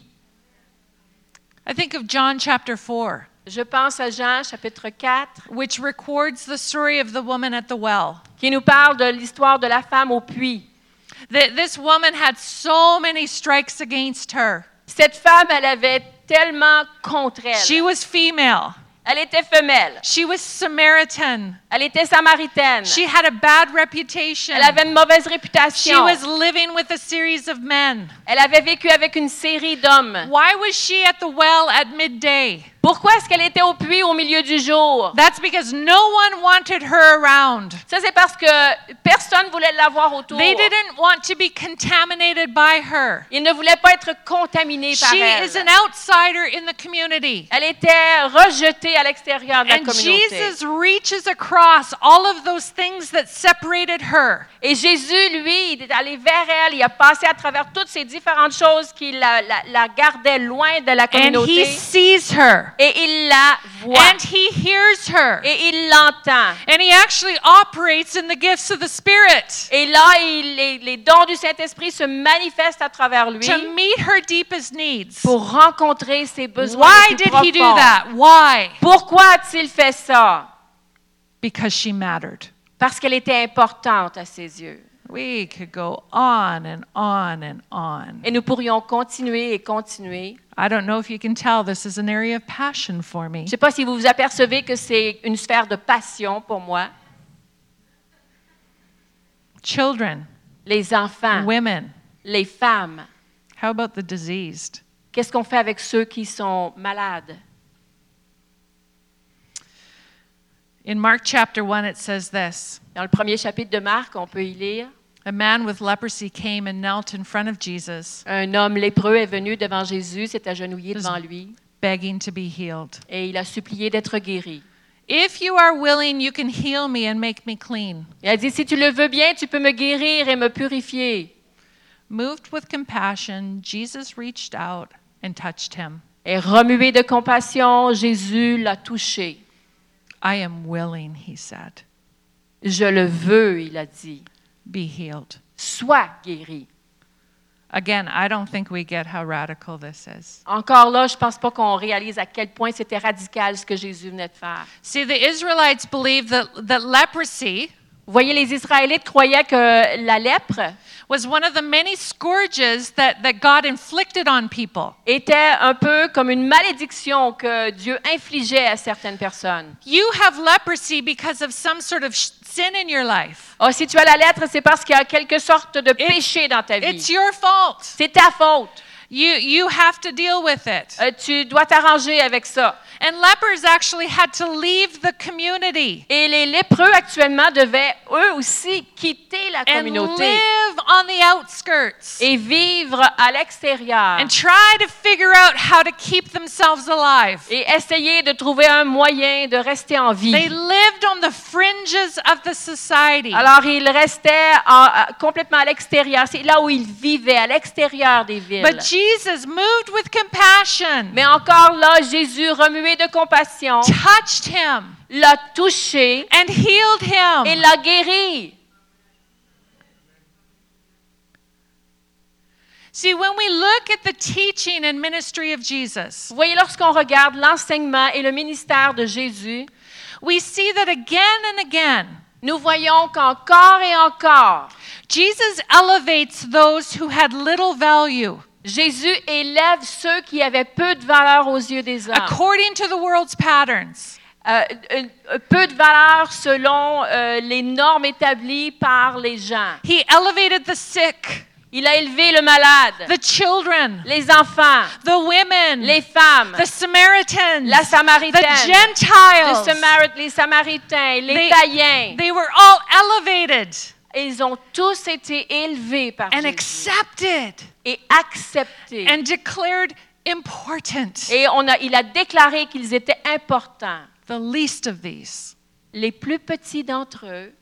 [SPEAKER 1] I think of John chapter 4,
[SPEAKER 2] Je pense à Jean chapitre 4
[SPEAKER 1] which records the story of the woman at the well.
[SPEAKER 2] qui nous parle de l'histoire de la femme au puits.
[SPEAKER 1] Th- This woman had so many strikes against her.
[SPEAKER 2] Cette femme, elle avait tellement contre
[SPEAKER 1] She
[SPEAKER 2] elle.
[SPEAKER 1] was female.
[SPEAKER 2] Elle était femelle,
[SPEAKER 1] She was Samaritan.
[SPEAKER 2] elle était samaritaine,
[SPEAKER 1] She had a bad reputation.
[SPEAKER 2] elle avait une mauvaise
[SPEAKER 1] She
[SPEAKER 2] réputation,
[SPEAKER 1] was living with a series of men.
[SPEAKER 2] elle avait vécu avec une série d'hommes.
[SPEAKER 1] Why was she at the well at midday?
[SPEAKER 2] Pourquoi est-ce qu'elle était au puits au milieu du jour?
[SPEAKER 1] That's because no one wanted her around.
[SPEAKER 2] Ça, c'est parce que personne voulait l'avoir autour.
[SPEAKER 1] They didn't want to be contaminated by her.
[SPEAKER 2] Ils ne voulaient pas être contaminés par
[SPEAKER 1] She
[SPEAKER 2] elle.
[SPEAKER 1] is an outsider in the community.
[SPEAKER 2] Elle était rejetée à l'extérieur de la
[SPEAKER 1] And
[SPEAKER 2] communauté.
[SPEAKER 1] Jesus reaches across all of those things that separated her.
[SPEAKER 2] Et Jésus, lui, il est allé vers elle, il a passé à travers toutes ces différentes choses qui la, la- la gardaient loin de la
[SPEAKER 1] And he
[SPEAKER 2] communauté.
[SPEAKER 1] sees her.
[SPEAKER 2] Et il la voit.
[SPEAKER 1] And he hears her.
[SPEAKER 2] Et il l'entend.
[SPEAKER 1] And he actually operates in the gifts of the Spirit
[SPEAKER 2] Et là, il- les, les dons du Saint-Esprit se manifestent à travers lui
[SPEAKER 1] to meet her deepest needs.
[SPEAKER 2] pour rencontrer ses besoins.
[SPEAKER 1] Why
[SPEAKER 2] les plus
[SPEAKER 1] did he do
[SPEAKER 2] profonds.
[SPEAKER 1] that? Why?
[SPEAKER 2] Pourquoi a-t-il fait ça?
[SPEAKER 1] Because she mattered.
[SPEAKER 2] Parce qu'elle était importante à ses yeux.
[SPEAKER 1] We could go on and on and on.
[SPEAKER 2] Et nous pourrions continuer et continuer.
[SPEAKER 1] I don't know if you can tell, this is an area of passion for me.
[SPEAKER 2] Je ne sais pas si vous vous apercevez que c'est une sphère de passion pour moi.
[SPEAKER 1] Children,
[SPEAKER 2] Les
[SPEAKER 1] Ah.
[SPEAKER 2] enfants,
[SPEAKER 1] women,
[SPEAKER 2] les femmes.
[SPEAKER 1] how about the diseased?
[SPEAKER 2] Qu'est-ce qu'on fait avec ceux qui sont malades?
[SPEAKER 1] In Mark chapter 1, it says this
[SPEAKER 2] Dans le premier chapitre de Marc, on peut y lire
[SPEAKER 1] A man with leprosy came and knelt in front of Jesus,
[SPEAKER 2] Un homme lépreux est venu devant Jésus, s'est agenouillé devant lui
[SPEAKER 1] begging to be healed.
[SPEAKER 2] et il a supplié d'être guéri.
[SPEAKER 1] If you are willing, you can heal me and make me clean.
[SPEAKER 2] Il a dit Si tu le veux bien, tu peux me guérir et me purifier.
[SPEAKER 1] Moved with compassion, Jesus reached out and touched him.
[SPEAKER 2] Et remué de compassion, Jésus l'a touché.
[SPEAKER 1] I am willing, he said.
[SPEAKER 2] Je le veux, il a dit.
[SPEAKER 1] Be healed.
[SPEAKER 2] Sois guéri.
[SPEAKER 1] Again, I don't think we get how radical this is.
[SPEAKER 2] Encore là, je pense pas qu'on réalise à quel point c'était radical ce que Jésus venait de faire.
[SPEAKER 1] See, the Israelites believed that, that leprosy
[SPEAKER 2] Vous voyez, les Israélites croyaient que la lèpre
[SPEAKER 1] was one of the many scourges that, that God inflicted on people.
[SPEAKER 2] était un peu comme une malédiction que Dieu infligeait à certaines personnes.
[SPEAKER 1] You have leprosy because of some sort of sh- sin in your life.
[SPEAKER 2] Ah, si tu as la lettre, c'est parce qu'il y a quelque sorte de péché dans ta
[SPEAKER 1] It's
[SPEAKER 2] vie.
[SPEAKER 1] your fault.
[SPEAKER 2] C'est ta faute.
[SPEAKER 1] You, you have to deal with it.
[SPEAKER 2] Euh, tu dois t'arranger avec ça.
[SPEAKER 1] And lepers actually had to leave the community
[SPEAKER 2] Et les lépreux actuellement devaient eux aussi quitter la
[SPEAKER 1] and
[SPEAKER 2] communauté
[SPEAKER 1] live on the outskirts
[SPEAKER 2] et vivre à l'extérieur
[SPEAKER 1] and try to figure out how to keep themselves alive.
[SPEAKER 2] et essayer de trouver un moyen de rester en
[SPEAKER 1] They
[SPEAKER 2] vie.
[SPEAKER 1] lived on the fringes of the society.
[SPEAKER 2] Alors ils restaient en- à- complètement à l'extérieur. C'est là où ils vivaient, à l'extérieur des villes.
[SPEAKER 1] But Jesus moved with compassion,
[SPEAKER 2] Mais encore là, Jésus, remué de compassion,
[SPEAKER 1] touched him,
[SPEAKER 2] l'a touché
[SPEAKER 1] and healed
[SPEAKER 2] et
[SPEAKER 1] him.
[SPEAKER 2] l'a guéri.
[SPEAKER 1] See, when we look at the teaching and ministry of Jesus,
[SPEAKER 2] Vous voyez, lorsqu'on regarde l'enseignement et le ministère de Jésus,
[SPEAKER 1] we see that again and again,
[SPEAKER 2] nous voyons qu'encore et encore,
[SPEAKER 1] Jesus elevates those who had little value
[SPEAKER 2] Jésus élève ceux qui avaient peu de valeur aux yeux des hommes,
[SPEAKER 1] according to the world's patterns.
[SPEAKER 2] Euh, euh, euh, peu de valeur selon euh, les normes établies par les gens.
[SPEAKER 1] He elevated the sick,
[SPEAKER 2] Il a élevé le malade,
[SPEAKER 1] the children,
[SPEAKER 2] les enfants,
[SPEAKER 1] the women,
[SPEAKER 2] les femmes,
[SPEAKER 1] the Samaritans,
[SPEAKER 2] la
[SPEAKER 1] the
[SPEAKER 2] Samaritaine, le
[SPEAKER 1] Gentiles.
[SPEAKER 2] Samari- les Samaritains, les
[SPEAKER 1] They-
[SPEAKER 2] païens.
[SPEAKER 1] They were all elevated
[SPEAKER 2] Ils ont tous été élevés par
[SPEAKER 1] and
[SPEAKER 2] Jésus
[SPEAKER 1] accepted
[SPEAKER 2] et acceptés.
[SPEAKER 1] and declared important.
[SPEAKER 2] Et on a, il a déclaré qu'ils étaient importants.
[SPEAKER 1] The least of these.
[SPEAKER 2] Les plus petits d'entre eux,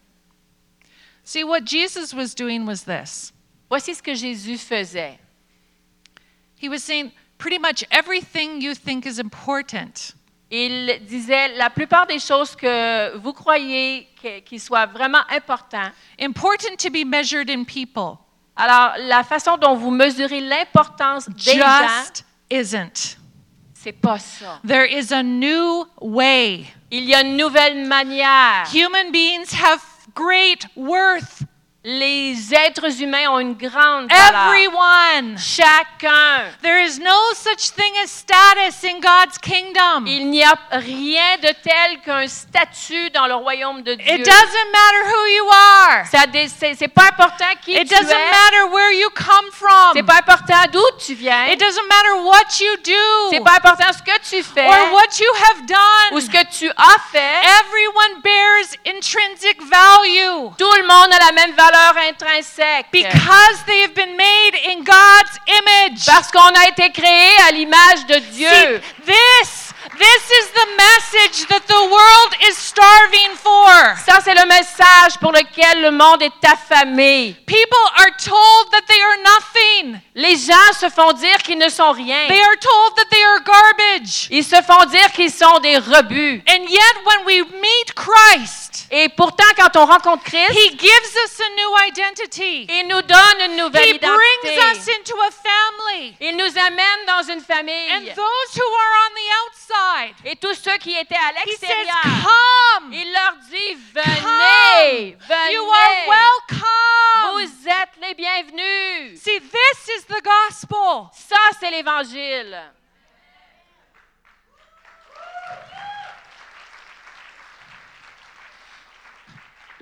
[SPEAKER 1] See, what Jesus was doing was this
[SPEAKER 2] voici ce que Jésus faisait.
[SPEAKER 1] He was saying, pretty much everything you think is important,
[SPEAKER 2] Il disait la plupart des choses que vous croyez que- qui soient vraiment importantes.
[SPEAKER 1] important to be measured in people,
[SPEAKER 2] Alors, la façon dont vous mesurez l'importance des gens,
[SPEAKER 1] just isn't.
[SPEAKER 2] c'est pas ça.
[SPEAKER 1] There is a new way.
[SPEAKER 2] Il y a une nouvelle manière.
[SPEAKER 1] Human beings have great worth.
[SPEAKER 2] Les êtres humains ont une grande valeur.
[SPEAKER 1] Everyone.
[SPEAKER 2] Chacun.
[SPEAKER 1] There is no such thing as status in God's kingdom.
[SPEAKER 2] Il n'y a rien de tel qu'un statut dans le royaume de Dieu.
[SPEAKER 1] It doesn't matter who you are.
[SPEAKER 2] Ça dé- c'est c'est pas important qui
[SPEAKER 1] It
[SPEAKER 2] tu
[SPEAKER 1] doesn't
[SPEAKER 2] es.
[SPEAKER 1] matter where you come
[SPEAKER 2] C'est
[SPEAKER 1] from.
[SPEAKER 2] pas important d'où tu viens.
[SPEAKER 1] It doesn't matter what you do
[SPEAKER 2] C'est pas important ce que tu fais
[SPEAKER 1] or what you have
[SPEAKER 2] ou
[SPEAKER 1] done.
[SPEAKER 2] ce que tu as fait.
[SPEAKER 1] Everyone bears intrinsic value
[SPEAKER 2] Tout le monde a la même valeur intrinsèque.
[SPEAKER 1] because they have been made in God's image.
[SPEAKER 2] Parce qu'on a été créé à l'image de
[SPEAKER 1] See,
[SPEAKER 2] Dieu.
[SPEAKER 1] this, this is the message that the world is starving for.
[SPEAKER 2] Ça, c'est le message pour lequel le monde est affamé.
[SPEAKER 1] People are told that they are nothing.
[SPEAKER 2] Les gens se font dire qu'ils ne sont rien.
[SPEAKER 1] They are told that they are garbage.
[SPEAKER 2] Ils se font dire qu'ils sont des rebuts.
[SPEAKER 1] And yet, when we meet Christ,
[SPEAKER 2] Et pourtant, quand on rencontre Christ,
[SPEAKER 1] He gives us a new identity.
[SPEAKER 2] il nous donne une nouvelle
[SPEAKER 1] He brings us
[SPEAKER 2] identité.
[SPEAKER 1] into a family.
[SPEAKER 2] Il nous amène dans une
[SPEAKER 1] And
[SPEAKER 2] famille.
[SPEAKER 1] those who are on the outside,
[SPEAKER 2] Et tous ceux qui étaient à
[SPEAKER 1] He says,
[SPEAKER 2] l'extérieur,
[SPEAKER 1] Come.
[SPEAKER 2] il leur dit, venez,
[SPEAKER 1] Come. You are
[SPEAKER 2] venez.
[SPEAKER 1] welcome.
[SPEAKER 2] Vous êtes les bienvenus.
[SPEAKER 1] See, this is the gospel.
[SPEAKER 2] Ça, c'est l'Évangile.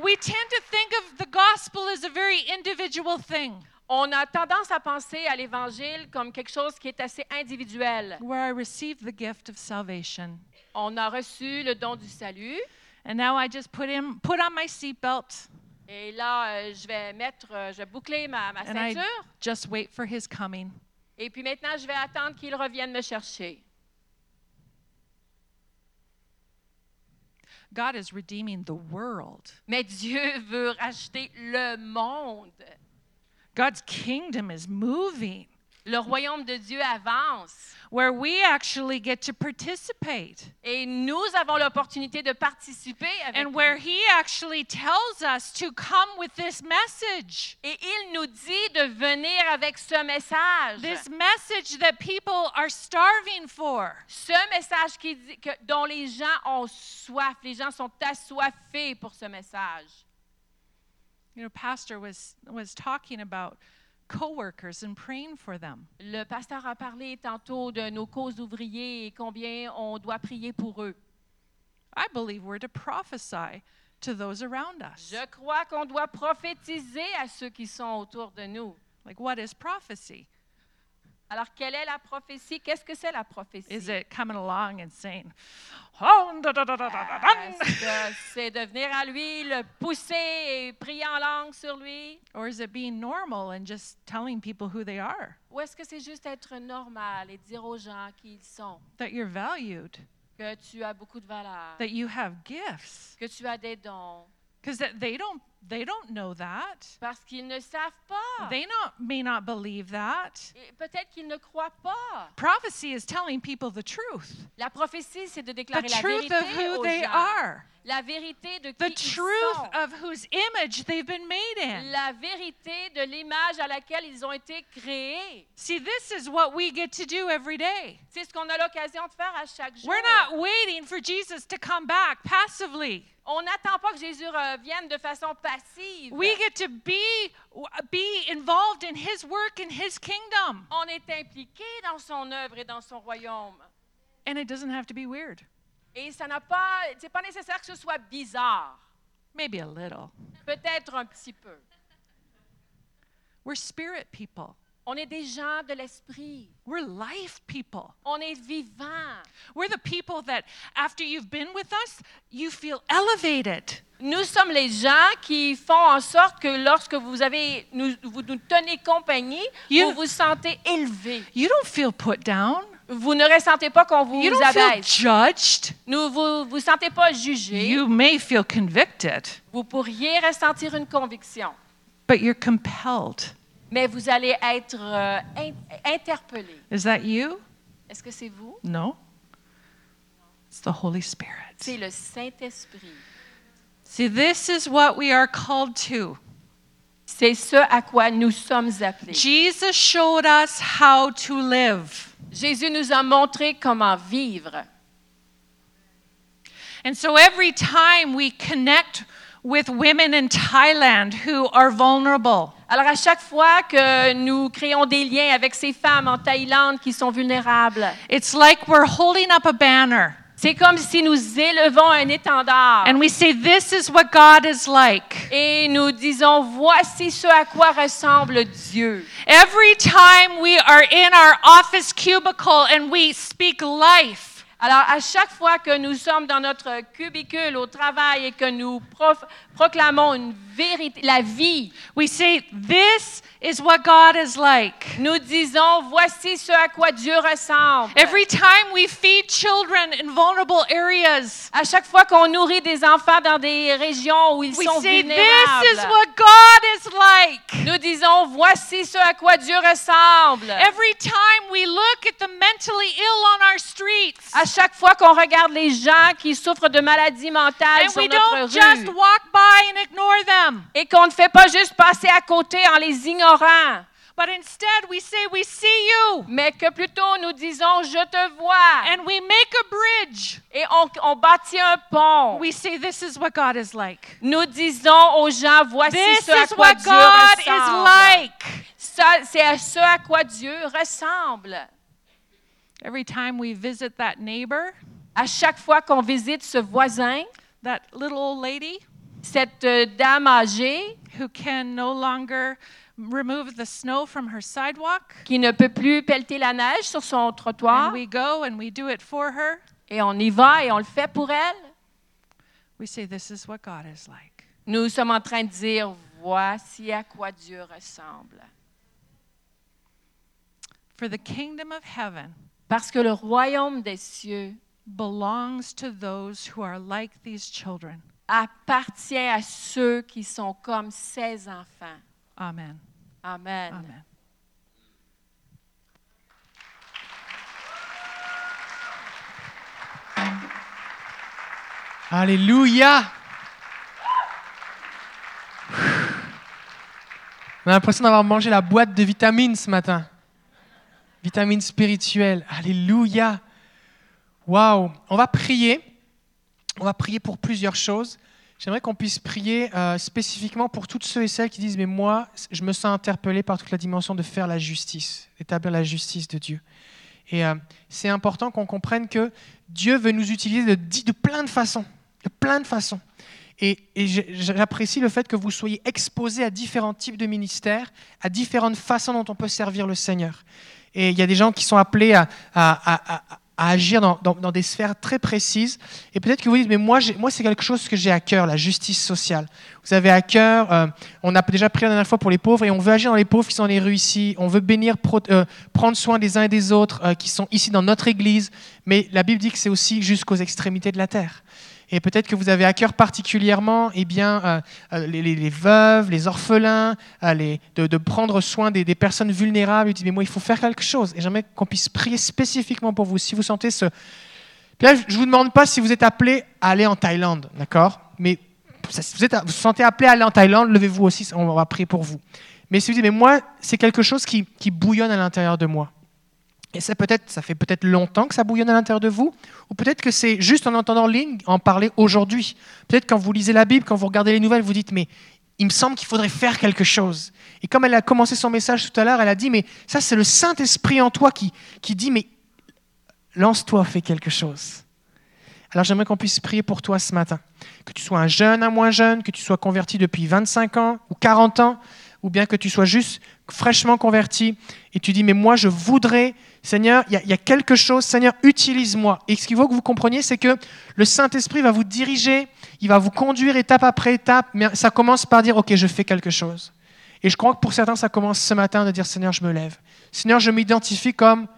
[SPEAKER 1] We tend to think of the gospel as a very individual thing
[SPEAKER 2] On a tendance à penser à l'Évangile comme quelque chose qui est assez individuel.
[SPEAKER 1] where I receive the gift of salvation.
[SPEAKER 2] On a reçu le don du salut.
[SPEAKER 1] And now I just put, in, put on my seatbelt
[SPEAKER 2] Et là, euh, je vais mettre, euh, je vais boucler ma, ma
[SPEAKER 1] and I
[SPEAKER 2] ceinture.
[SPEAKER 1] just wait for His coming.
[SPEAKER 2] Et puis maintenant, je vais attendre qu'il revienne me chercher.
[SPEAKER 1] God is redeeming the world.
[SPEAKER 2] [laughs] Mais Dieu veut racheter le monde.
[SPEAKER 1] God's kingdom is moving
[SPEAKER 2] Le royaume de Dieu avance
[SPEAKER 1] where we actually get to participate
[SPEAKER 2] et nous avons l'opportunité de participer avec
[SPEAKER 1] and where He actually tells us to come with this message.
[SPEAKER 2] Et il nous dit de venir avec ce message.
[SPEAKER 1] This message that people are starving for.
[SPEAKER 2] ce message qui dit que, dont les gens ont soif, les gens sont assoiffés pour ce message.
[SPEAKER 1] You know, Pastor was, was talking about coworkers and praying for them.
[SPEAKER 2] Le pasteur a parlé tantôt de nos causes ouvriers et combien on doit prier pour eux.
[SPEAKER 1] I believe we're to prophesy to those around us.
[SPEAKER 2] Je crois qu'on doit prophétiser à ceux qui sont autour de nous.
[SPEAKER 1] Like, what is prophecy?
[SPEAKER 2] Alors, quelle est la prophétie? Qu'est-ce que c'est la prophétie?
[SPEAKER 1] Is it coming along and saying, oh, da, da, da, da, da, da,
[SPEAKER 2] Est-ce
[SPEAKER 1] da,"
[SPEAKER 2] que c'est de venir à lui, le pousser et prier en langue sur lui?
[SPEAKER 1] or is it being normal and just telling people who they are,
[SPEAKER 2] Ou est-ce que c'est juste être normal et dire aux gens qui ils sont,
[SPEAKER 1] that you're valued,
[SPEAKER 2] que tu as beaucoup de valeur,
[SPEAKER 1] that you have gifts?
[SPEAKER 2] que tu as des dons?
[SPEAKER 1] Because that they don't they don't know that.
[SPEAKER 2] Parce qu'ils ne savent pas.
[SPEAKER 1] They not may not believe that.
[SPEAKER 2] Et Peut-être qu'ils ne croient pas.
[SPEAKER 1] Prophecy is telling people the truth.
[SPEAKER 2] La prophétie, c'est de
[SPEAKER 1] The
[SPEAKER 2] déclarer la
[SPEAKER 1] truth of
[SPEAKER 2] vérité
[SPEAKER 1] who
[SPEAKER 2] aux
[SPEAKER 1] they
[SPEAKER 2] gens.
[SPEAKER 1] are.
[SPEAKER 2] La vérité de
[SPEAKER 1] The
[SPEAKER 2] qui ils
[SPEAKER 1] truth
[SPEAKER 2] sont.
[SPEAKER 1] of whose image they've been made in.
[SPEAKER 2] La vérité de l'image à laquelle ils ont été créés.
[SPEAKER 1] See, this is what we get to do every day.
[SPEAKER 2] C'est ce qu'on a l'occasion de faire à chaque jour.
[SPEAKER 1] We're not waiting for Jesus to come back passively.
[SPEAKER 2] On n'attend pas que Jésus revienne de façon passive.
[SPEAKER 1] We get to be be involved in his work in his kingdom.
[SPEAKER 2] On est impliqué dans son œuvre et dans son royaume.
[SPEAKER 1] And it doesn't have to be weird.
[SPEAKER 2] Et ça n'a pas, c'est pas nécessaire que ce soit bizarre.
[SPEAKER 1] Maybe a little.
[SPEAKER 2] Peut-être un petit peu.
[SPEAKER 1] We're spirit people.
[SPEAKER 2] On est des gens de l'esprit.
[SPEAKER 1] We're life people.
[SPEAKER 2] On est vivants.
[SPEAKER 1] We're the people that after you've been with us, you feel elevated.
[SPEAKER 2] Nous sommes les gens qui font en sorte que lorsque vous avez nous, vous nous tenez compagnie,
[SPEAKER 1] You-
[SPEAKER 2] vous vous sentez élevé.
[SPEAKER 1] You don't feel put down.
[SPEAKER 2] Vous ne ressentez pas qu'on vous
[SPEAKER 1] You don't feel
[SPEAKER 2] abaisse.
[SPEAKER 1] judged.
[SPEAKER 2] Nous vous vous sentez pas jugé.
[SPEAKER 1] You may feel convicted,
[SPEAKER 2] Vous pourriez ressentir une conviction,
[SPEAKER 1] but you're compelled.
[SPEAKER 2] mais vous allez être euh, in- interpellé.
[SPEAKER 1] Is that you?
[SPEAKER 2] Est-ce que c'est vous
[SPEAKER 1] No. It's the Holy Spirit.
[SPEAKER 2] C'est le Saint-Esprit.
[SPEAKER 1] See, this is what we are called to.
[SPEAKER 2] C'est ce à quoi nous sommes appelés.
[SPEAKER 1] Jesus showed us how to live.
[SPEAKER 2] Jésus nous a montré comment vivre.
[SPEAKER 1] And so every time we connect with women in Thailand who are vulnerable,
[SPEAKER 2] Alors à chaque fois que nous créons des liens avec ces femmes en Thaïlande qui sont vulnérables,
[SPEAKER 1] it's like we're holding up a banner
[SPEAKER 2] c'est comme si nous élevons un étendard
[SPEAKER 1] and we say, This is what God is like.
[SPEAKER 2] et nous disons voici ce à quoi ressemble Dieu.
[SPEAKER 1] Every time we are in our office cubicle and we speak life,
[SPEAKER 2] Alors à chaque fois que nous sommes dans notre cubicule au travail et que nous prof- proclamons une vérité, la vie,
[SPEAKER 1] we say, This is what God is like.
[SPEAKER 2] nous disons voici ce à quoi Dieu ressemble.
[SPEAKER 1] Every time we feed children in vulnerable areas,
[SPEAKER 2] À chaque fois qu'on nourrit des enfants dans des régions où ils
[SPEAKER 1] we
[SPEAKER 2] sont
[SPEAKER 1] say,
[SPEAKER 2] vulnérables,
[SPEAKER 1] This is what God is like.
[SPEAKER 2] nous disons voici ce à quoi Dieu ressemble.
[SPEAKER 1] Every time we look at the mentally ill on our streets,
[SPEAKER 2] à chaque fois qu'on regarde les gens qui souffrent de maladies mentales
[SPEAKER 1] and
[SPEAKER 2] sur
[SPEAKER 1] we
[SPEAKER 2] notre
[SPEAKER 1] don't just
[SPEAKER 2] rue
[SPEAKER 1] walk by and ignore them,
[SPEAKER 2] et qu'on ne fait pas juste passer à côté en les ignorant,
[SPEAKER 1] but instead we say, We see you,
[SPEAKER 2] mais que plutôt nous disons je te vois
[SPEAKER 1] and we make a bridge.
[SPEAKER 2] et on, on bâtit un pont.
[SPEAKER 1] We say, This is what God is like.
[SPEAKER 2] Nous disons aux gens voici
[SPEAKER 1] This
[SPEAKER 2] ce à
[SPEAKER 1] is
[SPEAKER 2] quoi
[SPEAKER 1] what
[SPEAKER 2] Dieu
[SPEAKER 1] God is
[SPEAKER 2] ressemble.
[SPEAKER 1] like.
[SPEAKER 2] Ça, c'est à ce à quoi Dieu ressemble.
[SPEAKER 1] Every time we visit that neighbor,
[SPEAKER 2] À chaque fois qu'on visite ce voisin,
[SPEAKER 1] that little old lady
[SPEAKER 2] cette euh, dame âgée
[SPEAKER 1] who can no longer remove the snow from her sidewalk,
[SPEAKER 2] qui ne peut plus pelleter la neige sur son
[SPEAKER 1] and
[SPEAKER 2] trottoir,
[SPEAKER 1] we go and we do it for her,
[SPEAKER 2] et on y va et on le fait pour elle,
[SPEAKER 1] we say, This is what God is like.
[SPEAKER 2] nous sommes en train de dire voici à quoi Dieu ressemble.
[SPEAKER 1] For the kingdom of heaven
[SPEAKER 2] Parce que le royaume des cieux
[SPEAKER 1] belongs to those who are like these children.
[SPEAKER 2] appartient à ceux qui sont comme ses enfants.
[SPEAKER 1] Amen.
[SPEAKER 2] Amen.
[SPEAKER 1] Amen.
[SPEAKER 7] Alléluia! On a l'impression d'avoir mangé la boîte de vitamines ce matin. Vitamines spirituelles. Alléluia! Waouh! On va prier. On va prier pour plusieurs choses. J'aimerais qu'on puisse prier euh, spécifiquement pour toutes ceux et celles qui disent Mais moi, je me sens interpellé par toute la dimension de faire la justice, d'établir la justice de Dieu. Et euh, c'est important qu'on comprenne que Dieu veut nous utiliser de, di- de plein de façons, de plein de façons. Et, et j'ai- j'apprécie le fait que vous soyez exposés à différents types de ministères, à différentes façons dont on peut servir le Seigneur. Et il y a des gens qui sont appelés à, à- à- à- à agir dans, dans- dans des sphères très précises. Et peut-être que vous dites, mais moi, j'ai- moi c'est quelque chose que j'ai à cœur, la justice sociale. Vous avez à cœur, euh, on a déjà prié la dernière fois pour les pauvres, et on veut agir dans les pauvres qui sont dans les rues ici. On veut bénir, pro- euh, prendre soin des uns et des autres euh, qui sont ici dans notre Église. Mais la Bible dit que c'est aussi jusqu'aux extrémités de la terre. Et peut-être que vous avez à cœur particulièrement eh bien, euh, euh, les, les- les veuves, les orphelins, euh, les- de, de prendre soin des, des personnes vulnérables. Vous dites, mais moi, il faut faire quelque chose. Et j'aimerais qu'on puisse prier spécifiquement pour vous. Si vous sentez ce... Puis là, je ne vous demande pas si vous êtes appelé à aller en Thaïlande, d'accord Mais ça- si vous, êtes, vous vous sentez appelé à aller en Thaïlande, levez-vous aussi, on va prier pour vous. Mais si vous dites, mais moi, c'est quelque chose qui- qui bouillonne à l'intérieur de moi. Et ça, peut-être, ça fait peut-être longtemps que ça bouillonne à l'intérieur de vous, ou peut-être que c'est juste en entendant Ling en parler aujourd'hui. Peut-être quand vous lisez la Bible, quand vous regardez les nouvelles, vous dites, mais il me semble qu'il faudrait faire quelque chose. Et comme elle a commencé son message tout à l'heure, elle a dit, mais ça, c'est le Saint-Esprit en toi qui, qui dit, mais lance-toi, fais quelque chose. Alors j'aimerais qu'on puisse prier pour toi ce matin. Que tu sois un jeune, un moins jeune, que tu sois converti depuis 25 ans ou 40 ans, ou bien que tu sois juste fraîchement converti, et tu dis, mais moi, je voudrais Seigneur, il y a- il y, a quelque chose, Seigneur, utilise-moi. Et ce qu'il faut que vous compreniez, c'est que le Saint-Esprit va vous diriger, il va vous conduire étape après étape, mais ça commence par dire, OK, je fais quelque chose. Et je crois que pour certains, ça commence ce matin de dire, Seigneur, je me lève. Seigneur, je m'identifie comme,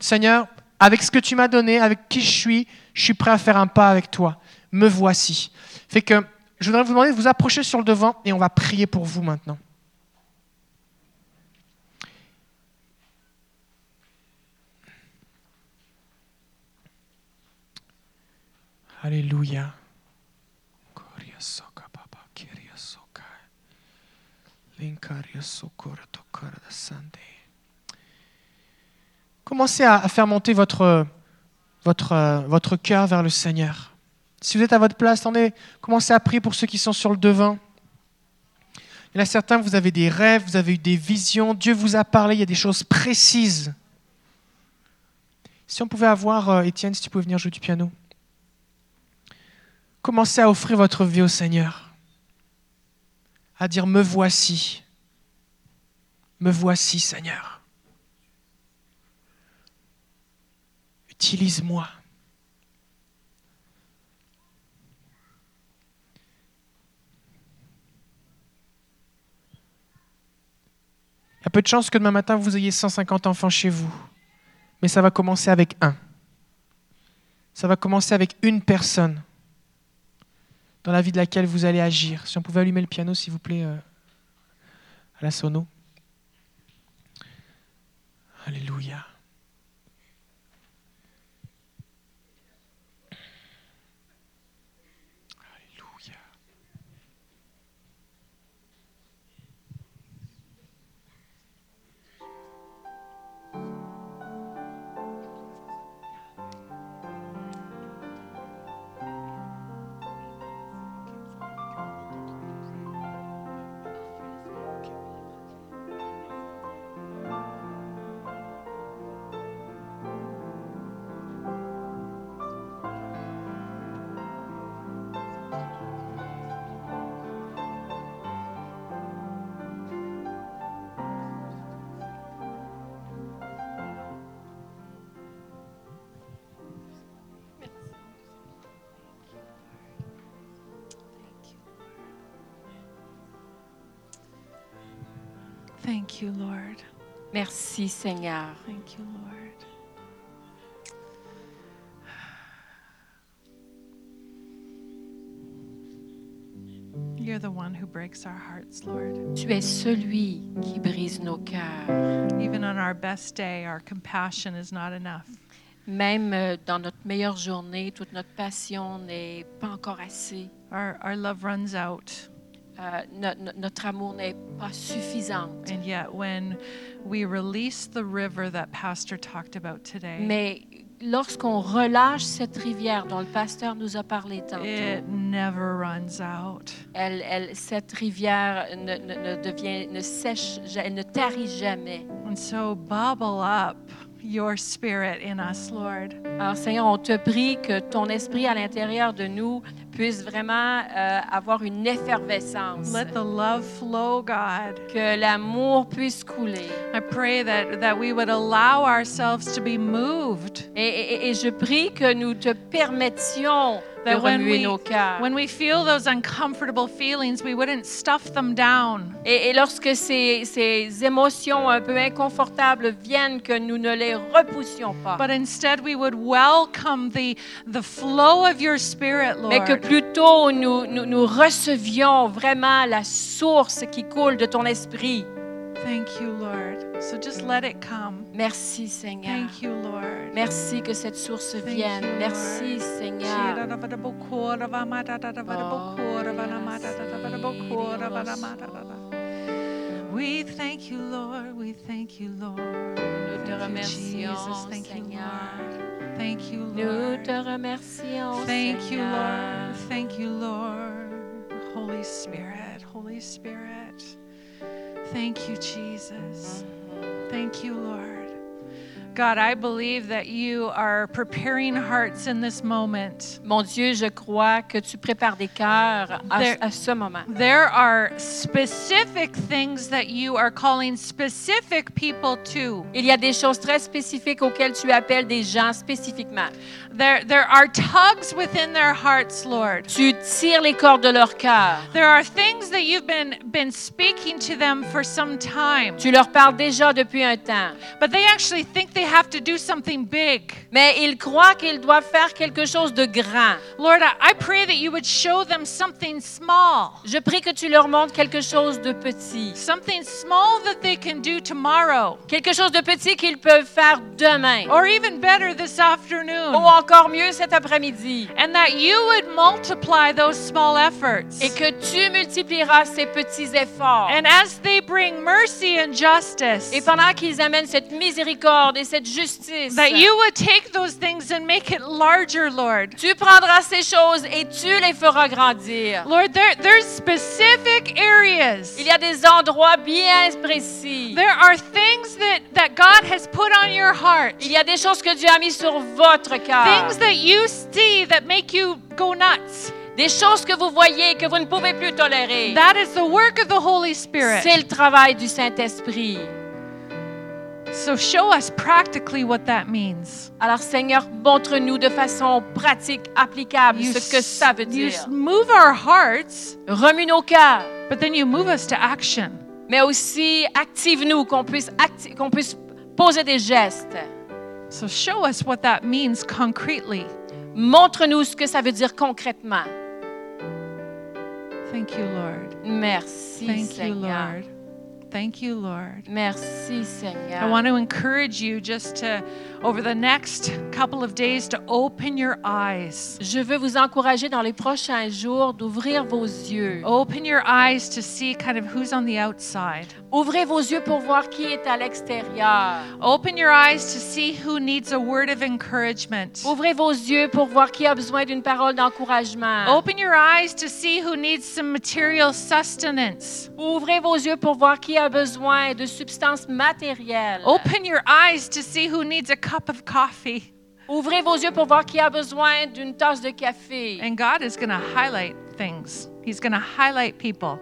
[SPEAKER 7] Seigneur, avec ce que tu m'as donné, avec qui je suis, je suis prêt à faire un pas avec toi. Me voici. Fait que je voudrais vous demander de vous approcher sur le devant et on va prier pour vous maintenant. Alléluia. Commencez à, à faire monter votre, votre, euh, votre cœur vers le Seigneur. Si vous êtes à votre place, attendez, commencez à prier pour ceux qui sont sur le devant. Il y en a certains, vous avez des rêves, vous avez eu des visions, Dieu vous a parlé, il y a des choses précises. Si on pouvait avoir, euh, Étienne, si tu pouvais venir jouer du piano. Commencez à offrir votre vie au Seigneur, à dire me voici, me voici Seigneur. Utilise-moi. Il y a peu de chances que demain matin vous ayez 150 enfants chez vous, mais ça va commencer avec un. Ça va commencer avec une personne dans la vie de laquelle vous allez agir. Si on pouvait allumer le piano, s'il vous plaît, euh, à la sono. Alléluia. Alléluia.
[SPEAKER 1] Thank you, Lord.
[SPEAKER 8] Merci Seigneur.
[SPEAKER 1] Thank you, Lord. you're the one who breaks our hearts, Lord.
[SPEAKER 2] Tu es celui qui brise nos cœurs.
[SPEAKER 1] Even on our best day, our compassion is not enough.
[SPEAKER 2] Même euh, dans notre meilleure journée, toute notre passion n'est pas encore assez.
[SPEAKER 1] Our, our love runs out.
[SPEAKER 2] Euh, no- no- notre amour n'est pas suffisant.
[SPEAKER 1] And yet, when we release the river that Pastor talked about today,
[SPEAKER 2] Mais lorsqu'on relâche cette rivière dont le pasteur nous a parlé tantôt,
[SPEAKER 1] it never runs out.
[SPEAKER 2] elle, elle- cette rivière ne, ne- ne devient, ne sèche, ja- elle ne tarit jamais.
[SPEAKER 1] And so, bubble up your spirit in us, Lord.
[SPEAKER 2] Alors Seigneur, on te prie que ton esprit à l'intérieur de nous puisse vraiment euh, avoir une effervescence,
[SPEAKER 1] Let the love flow, God.
[SPEAKER 2] que l'amour puisse couler.
[SPEAKER 1] I pray that, that we would allow ourselves to be moved.
[SPEAKER 2] Et, et- et je prie que nous te permettions de
[SPEAKER 1] That when
[SPEAKER 2] remuer
[SPEAKER 1] we,
[SPEAKER 2] nos cœurs.
[SPEAKER 1] when we feel those uncomfortable feelings, we wouldn't stuff them down.
[SPEAKER 2] Et, et lorsque ces, ces émotions un peu inconfortables viennent, que nous ne les repoussions pas,
[SPEAKER 1] But instead, we would welcome the, the flow of your spirit,
[SPEAKER 2] mais que
[SPEAKER 1] Lord.
[SPEAKER 2] plutôt nous, nous, nous recevions vraiment la source qui coule de ton esprit.
[SPEAKER 1] Thank you, Lord. So just let it come.
[SPEAKER 2] Merci Seigneur.
[SPEAKER 1] Thank you, Lord.
[SPEAKER 2] Merci que cette source
[SPEAKER 1] you,
[SPEAKER 2] vienne.
[SPEAKER 1] Lord.
[SPEAKER 2] Merci Seigneur. Oh,
[SPEAKER 1] We thank you, Lord. We thank you, Lord.
[SPEAKER 2] Nous te
[SPEAKER 1] Thank you, Jesus.
[SPEAKER 2] remercions
[SPEAKER 1] Thank you,
[SPEAKER 2] Seigneur.
[SPEAKER 1] Lord. Thank you,
[SPEAKER 2] Nous
[SPEAKER 1] Lord.
[SPEAKER 2] te remercions
[SPEAKER 1] Thank you,
[SPEAKER 2] Seigneur.
[SPEAKER 1] Lord. Thank you, Lord. Holy Spirit, Holy Spirit. Thank you, Jesus. Thank you, Lord. God, I believe that you are preparing hearts in this moment.
[SPEAKER 2] Mon Dieu, je crois que tu prépares des cœurs à,
[SPEAKER 1] There-
[SPEAKER 2] à ce moment.
[SPEAKER 1] There are specific things that you are calling specific people to.
[SPEAKER 2] Il y a des choses très spécifiques auxquelles tu appelles des gens spécifiquement.
[SPEAKER 1] There, there are tugs within their hearts, Lord.
[SPEAKER 2] Tu tires les cordes de leur cœur.
[SPEAKER 1] There are things that you've been, been speaking to them for some time.
[SPEAKER 2] Tu leur parles déjà depuis un temps.
[SPEAKER 1] But they actually think they have to do something big.
[SPEAKER 2] Mais ils croient qu'ils doivent faire quelque chose de grand.
[SPEAKER 1] Lord, I, I pray that you would show them something small,
[SPEAKER 2] Je prie que tu leur montres quelque chose de petit.
[SPEAKER 1] something small that they can do tomorrow,
[SPEAKER 2] Quelque chose de petit qu'ils peuvent faire demain.
[SPEAKER 1] or even better, this afternoon.
[SPEAKER 2] Ou encore mieux cet après-midi.
[SPEAKER 1] And that you would multiply those small efforts.
[SPEAKER 2] Et que tu multiplieras ces petits efforts.
[SPEAKER 1] And as they bring mercy and justice,
[SPEAKER 2] Et pendant qu'ils amènent cette miséricorde et cette justice,
[SPEAKER 1] that you would take those things and make it larger, Lord.
[SPEAKER 2] tu prendras ces choses et tu les feras grandir.
[SPEAKER 1] Lord, there, there's specific areas.
[SPEAKER 2] Il y a des endroits bien précis.
[SPEAKER 1] There are things that, that God has put on your heart.
[SPEAKER 2] Il y a des choses que Dieu a mis sur votre cœur.
[SPEAKER 1] Things that you see that make you go nuts.
[SPEAKER 2] Des choses que vous voyez et que vous ne pouvez plus tolérer.
[SPEAKER 1] That is the work of the Holy Spirit.
[SPEAKER 2] C'est le travail du Saint-Esprit.
[SPEAKER 1] So show us practically what that means.
[SPEAKER 2] Alors Seigneur, montre-nous de façon pratique, applicable,
[SPEAKER 1] You,
[SPEAKER 2] ce que ça veut
[SPEAKER 1] s- you
[SPEAKER 2] dire.
[SPEAKER 1] s- move our hearts,
[SPEAKER 2] Remue nos cœurs,
[SPEAKER 1] but then you move us to action.
[SPEAKER 2] mais aussi active-nous, qu'on puisse, acti- qu'on puisse poser des gestes.
[SPEAKER 1] So show us what that means concretely.
[SPEAKER 2] Montre-nous ce que ça veut dire concrètement.
[SPEAKER 1] Thank you, Lord.
[SPEAKER 2] Merci
[SPEAKER 1] Thank you,
[SPEAKER 2] Seigneur.
[SPEAKER 1] Lord. Thank you, Lord.
[SPEAKER 2] Merci
[SPEAKER 1] I
[SPEAKER 2] Seigneur.
[SPEAKER 1] want to encourage you just to, over the next couple of days, to open your eyes.
[SPEAKER 2] Je veux vous encourager dans les prochains jours d'ouvrir vos yeux.
[SPEAKER 1] Open your eyes to see kind of who's on the outside.
[SPEAKER 2] Ouvrez vos yeux pour voir qui est à l'extérieur.
[SPEAKER 1] Open your eyes to see who needs a word of encouragement.
[SPEAKER 2] Ouvrez vos yeux pour voir qui a besoin d'une parole d'encouragement.
[SPEAKER 1] Open your eyes to see who needs some material sustenance.
[SPEAKER 2] Ouvrez vos yeux pour voir qui a besoin de substances matérielles.
[SPEAKER 1] Open your eyes to see who needs a cup of coffee.
[SPEAKER 2] Ouvrez vos yeux pour voir qui a besoin d'une tasse de café.
[SPEAKER 1] And God is going to highlight things, He's going to highlight people.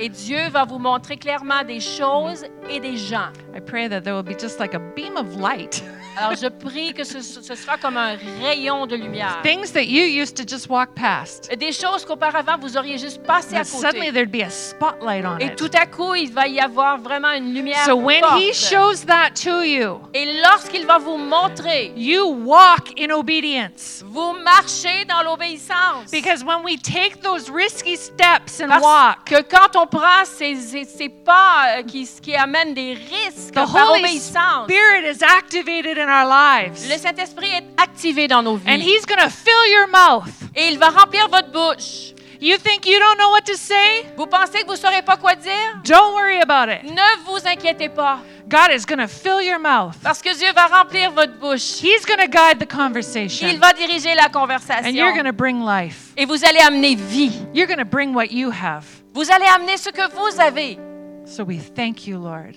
[SPEAKER 2] Et Dieu va vous montrer clairement des choses et des gens.
[SPEAKER 1] I I pray that there will be just like a beam of light.
[SPEAKER 2] Alors, je prie que ce, ce sera comme un rayon de lumière.
[SPEAKER 1] Things that you used to just walk past.
[SPEAKER 2] Des choses qu'auparavant, vous auriez juste passé à
[SPEAKER 1] That suddenly
[SPEAKER 2] côté.
[SPEAKER 1] there'd be a spotlight on
[SPEAKER 2] Et
[SPEAKER 1] it.
[SPEAKER 2] tout à coup, il va y avoir vraiment une lumière
[SPEAKER 1] So when he
[SPEAKER 2] forte.
[SPEAKER 1] shows that to you,
[SPEAKER 2] Et lorsqu'il va vous montrer,
[SPEAKER 1] you walk in obedience.
[SPEAKER 2] vous marchez dans l'obéissance.
[SPEAKER 1] Because when we take those risky steps and
[SPEAKER 2] Parce
[SPEAKER 1] walk,
[SPEAKER 2] que quand on prend ces, ces- ces pas euh, qui, qui amènent des risques
[SPEAKER 1] the
[SPEAKER 2] par
[SPEAKER 1] Holy
[SPEAKER 2] obéissance,
[SPEAKER 1] Spirit is activated in our lives.
[SPEAKER 2] le Saint-Esprit est activé dans nos
[SPEAKER 1] And
[SPEAKER 2] vies.
[SPEAKER 1] he's going to fill your mouth.
[SPEAKER 2] Et il va remplir votre bouche.
[SPEAKER 1] You think you don't know what to say?
[SPEAKER 2] Vous pensez que vous ne saurez pas quoi dire?
[SPEAKER 1] Don't worry about it.
[SPEAKER 2] Ne vous inquiétez pas,
[SPEAKER 1] God is going to fill your mouth.
[SPEAKER 2] parce que Dieu va remplir votre bouche.
[SPEAKER 1] He's going to guide the
[SPEAKER 2] Il
[SPEAKER 1] conversation.
[SPEAKER 2] va diriger la
[SPEAKER 1] And you're
[SPEAKER 2] conversation.
[SPEAKER 1] going to bring life.
[SPEAKER 2] Et vous allez amener vie.
[SPEAKER 1] You're going to bring what you have.
[SPEAKER 2] Vous allez amener ce que vous avez.
[SPEAKER 1] So we thank you, Lord.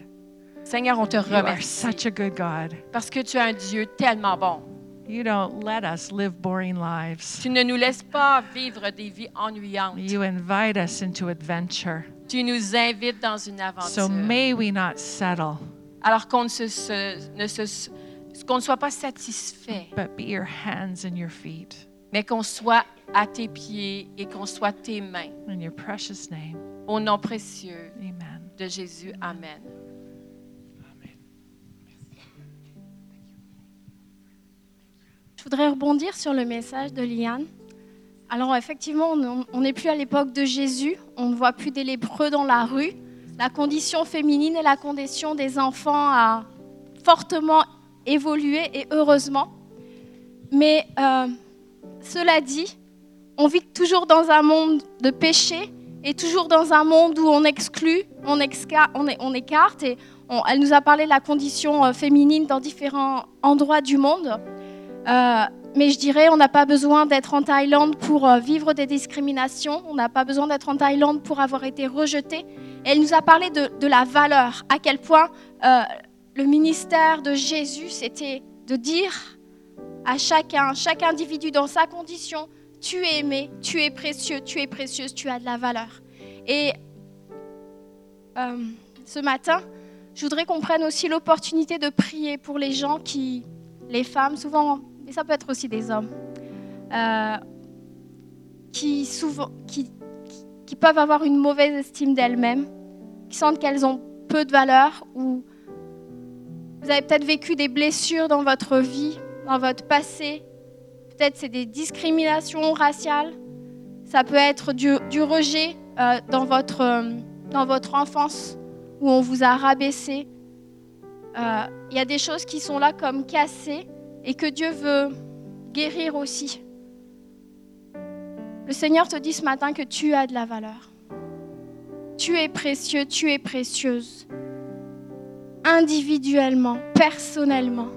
[SPEAKER 2] Seigneur, on te
[SPEAKER 1] You are
[SPEAKER 2] remercie
[SPEAKER 1] such a good God.
[SPEAKER 2] parce que tu es un Dieu tellement bon.
[SPEAKER 1] You don't let us live boring lives.
[SPEAKER 2] Tu ne nous laisses pas vivre des vies ennuyantes.
[SPEAKER 1] You invite us into adventure.
[SPEAKER 2] Tu nous invites dans une
[SPEAKER 1] So
[SPEAKER 2] aventure.
[SPEAKER 1] may we not settle,
[SPEAKER 2] Alors qu'on ne, se- se- ne se- qu'on ne soit pas satisfait,
[SPEAKER 1] but be your hands and your feet.
[SPEAKER 2] mais qu'on soit à tes pieds et qu'on soit tes mains.
[SPEAKER 1] In your precious name,
[SPEAKER 2] Au nom précieux
[SPEAKER 1] amen.
[SPEAKER 2] de Jésus, Amen.
[SPEAKER 6] Je voudrais rebondir sur le message de Liane. Alors effectivement, on- on n'est plus à l'époque de Jésus, on ne voit plus des lépreux dans la rue. La condition féminine et la condition des enfants a fortement évolué et heureusement. Mais euh, cela dit, on vit toujours dans un monde de péché et toujours dans un monde où on exclut, on, exca- on é- on écarte. Et on- elle nous a parlé de la condition euh, féminine dans différents endroits du monde. Euh, mais je dirais, on n'a pas besoin d'être en Thaïlande pour euh, vivre des discriminations. On n'a pas besoin d'être en Thaïlande pour avoir été rejeté. Elle nous a parlé de, de la valeur, à quel point euh, le ministère de Jésus, c'était de dire à chacun, chaque individu dans sa condition, tu es aimé, tu es précieux, tu es précieuse, tu as de la valeur. Et euh, ce matin, je voudrais qu'on prenne aussi l'opportunité de prier pour les gens qui, les femmes, souvent, mais ça peut être aussi des hommes, euh, qui, souvent, qui, qui- qui peuvent avoir une mauvaise estime d'elles-mêmes, qui sentent qu'elles ont peu de valeur ou vous avez peut-être vécu des blessures dans votre vie, dans votre passé. Peut-être c'est des discriminations raciales. Ça peut être du, du rejet euh, dans, votre, euh, dans votre enfance où on vous a rabaissé. Euh, il y a des choses qui sont là comme cassées et que Dieu veut guérir aussi. Le Seigneur te dit ce matin que tu as de la valeur. Tu es précieux, tu es précieuse. Individuellement, personnellement.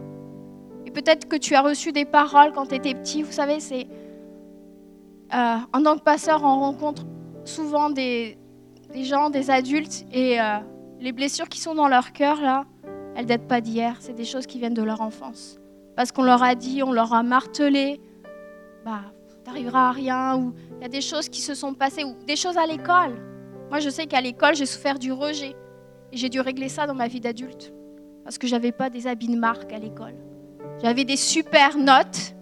[SPEAKER 6] Et peut-être que tu as reçu des paroles quand tu étais petit. Vous savez, c'est. euh, en tant que pasteur, on rencontre souvent des, des gens, des adultes, et euh, les blessures qui sont dans leur cœur, là, elles datent pas d'hier, c'est des choses qui viennent de leur enfance. Parce qu'on leur a dit, on leur a martelé, bah, t'arriveras à rien, ou il y a des choses qui se sont passées, ou des choses à l'école. Moi, je sais qu'à l'école, j'ai souffert du rejet. Et j'ai dû régler ça dans ma vie d'adulte. Parce que j'avais pas des habits de marque à l'école. J'avais des super notes.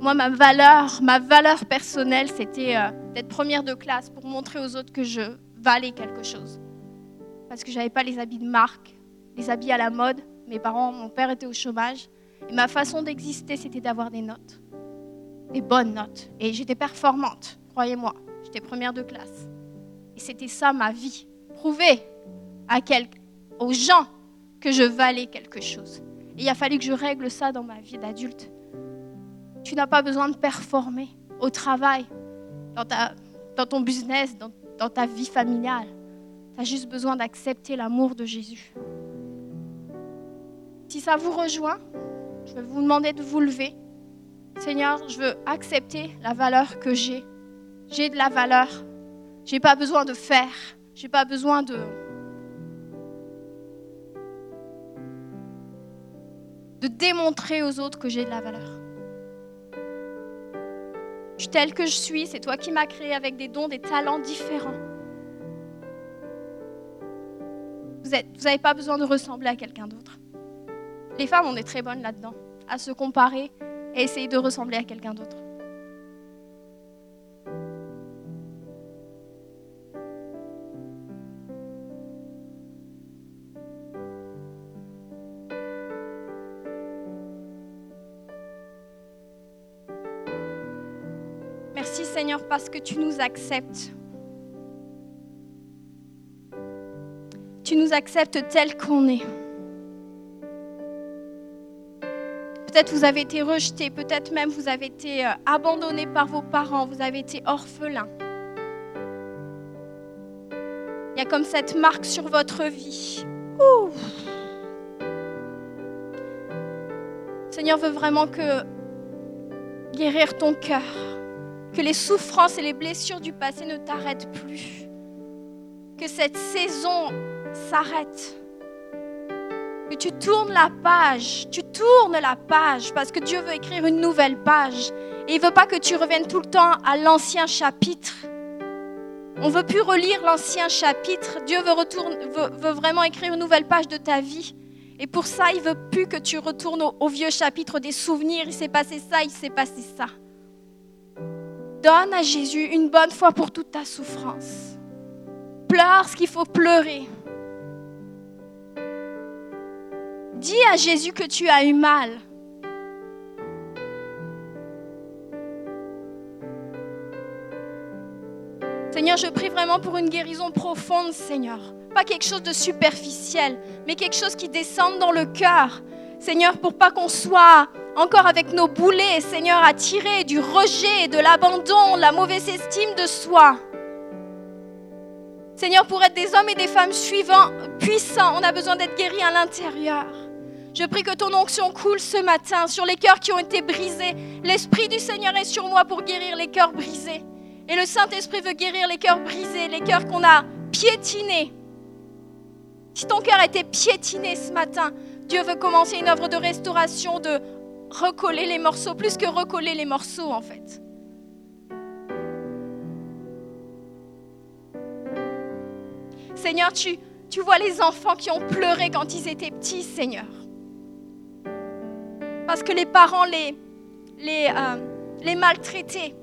[SPEAKER 6] Moi, ma valeur, ma valeur personnelle, c'était euh, d'être première de classe pour montrer aux autres que je valais quelque chose. Parce que j'avais pas les habits de marque les habits à la mode. Mes parents, mon père était au chômage. Et ma façon d'exister, c'était d'avoir des notes. Des bonnes notes. Et j'étais performante, croyez-moi. J'étais première de classe. Et c'était ça ma vie. Prouver à quel- aux gens que je valais quelque chose. Et il a fallu que je règle ça dans ma vie d'adulte. Tu n'as pas besoin de performer au travail, dans, ta- dans ton business, dans, dans ta vie familiale. Tu as juste besoin d'accepter l'amour de Jésus. Si ça vous rejoint, je vais vous demander de vous lever. Seigneur, je veux accepter la valeur que j'ai. J'ai de la valeur. J'ai pas besoin de faire. J'ai pas besoin de de démontrer aux autres que j'ai de la valeur. Je suis telle que je suis, c'est toi qui m'as créé avec des dons, des talents différents. Vous n'avez pas besoin de ressembler à quelqu'un d'autre. Les femmes, on est très bonnes là-dedans, à se comparer et essayer de ressembler à quelqu'un d'autre. Merci Seigneur parce que tu nous acceptes. Tu nous acceptes tels qu'on est. Peut-être vous avez été rejeté, peut-être même vous avez été euh, abandonné par vos parents, vous avez été orphelin. Il y a comme cette marque sur votre vie. Ouh. Le Seigneur veut vraiment que guérir ton cœur, que les souffrances et les blessures du passé ne t'arrêtent plus, que cette saison s'arrête que tu tournes la page, tu tournes la page parce que Dieu veut écrire une nouvelle page. Et il veut pas que tu reviennes tout le temps à l'ancien chapitre. On veut plus relire l'ancien chapitre. Dieu veut, retourne- veut- veut vraiment écrire une nouvelle page de ta vie. Et pour ça, il veut plus que tu retournes au, au vieux chapitre des souvenirs. Il s'est passé ça, il s'est passé ça. Donne à Jésus une bonne fois pour toute ta souffrance. Pleure ce qu'il faut pleurer. Dis à Jésus que tu as eu mal. Seigneur, je prie vraiment pour une guérison profonde, Seigneur. Pas quelque chose de superficiel, mais quelque chose qui descende dans le cœur. Seigneur, pour pas qu'on soit encore avec nos boulets, Seigneur, attirés du rejet, de l'abandon, la mauvaise estime de soi. Seigneur, pour être des hommes et des femmes suivants, puissants, on a besoin d'être guéris à l'intérieur. Je prie que ton onction coule ce matin sur les cœurs qui ont été brisés. L'Esprit du Seigneur est sur moi pour guérir les cœurs brisés. Et le Saint-Esprit veut guérir les cœurs brisés, les cœurs qu'on a piétinés. Si ton cœur a été piétiné ce matin, Dieu veut commencer une œuvre de restauration, de recoller les morceaux, plus que recoller les morceaux en fait. Seigneur, tu, tu vois les enfants qui ont pleuré quand ils étaient petits, Seigneur. Parce que les parents les, les, euh, les maltraitaient,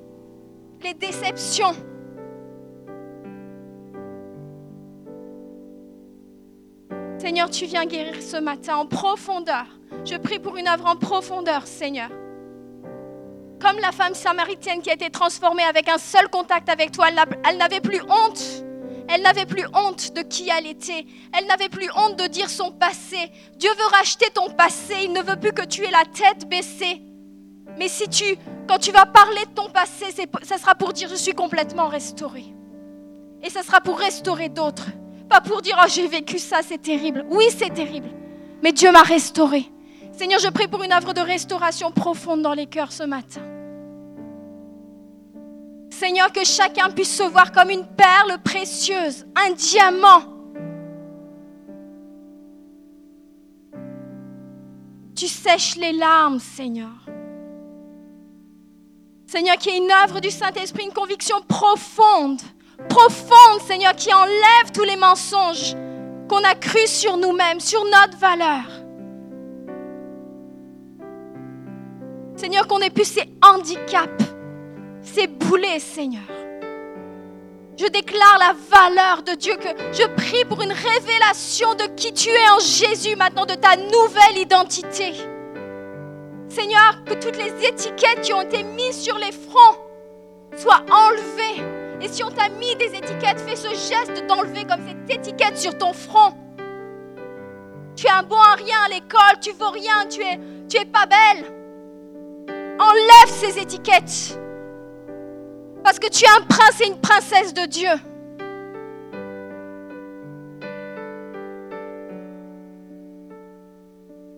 [SPEAKER 6] les déceptions. Seigneur, tu viens guérir ce matin en profondeur. Je prie pour une œuvre en profondeur, Seigneur. Comme la femme samaritaine qui a été transformée avec un seul contact avec toi, elle n'a- elle n'avait plus honte. Elle n'avait plus honte de qui elle était. Elle n'avait plus honte de dire son passé. Dieu veut racheter ton passé. Il ne veut plus que tu aies la tête baissée. Mais si tu, quand tu vas parler de ton passé, c'est pour- ça sera pour dire je suis complètement restauré. Et ça sera pour restaurer d'autres. Pas pour dire oh j'ai vécu ça, c'est terrible. Oui, c'est terrible. Mais Dieu m'a restauré. Seigneur, je prie pour une œuvre de restauration profonde dans les cœurs ce matin. Seigneur, que chacun puisse se voir comme une perle précieuse, un diamant. Tu sèches les larmes, Seigneur. Seigneur, qu'il y ait une œuvre du Saint-Esprit, une conviction profonde, profonde, Seigneur, qui enlève tous les mensonges qu'on a crus sur nous-mêmes, sur notre valeur. Seigneur, qu'on ait plus ces handicaps ces boulets, Seigneur. Je déclare la valeur de Dieu que je prie pour une révélation de qui tu es en Jésus maintenant, de ta nouvelle identité. Seigneur, que toutes les étiquettes qui ont été mises sur les fronts soient enlevées. Et si on t'a mis des étiquettes, fais ce geste d'enlever comme cette étiquette sur ton front. Tu es un bon à rien à l'école, tu vaux rien, tu es, tu es pas belle. Enlève ces étiquettes. Parce que tu es un prince et une princesse de Dieu.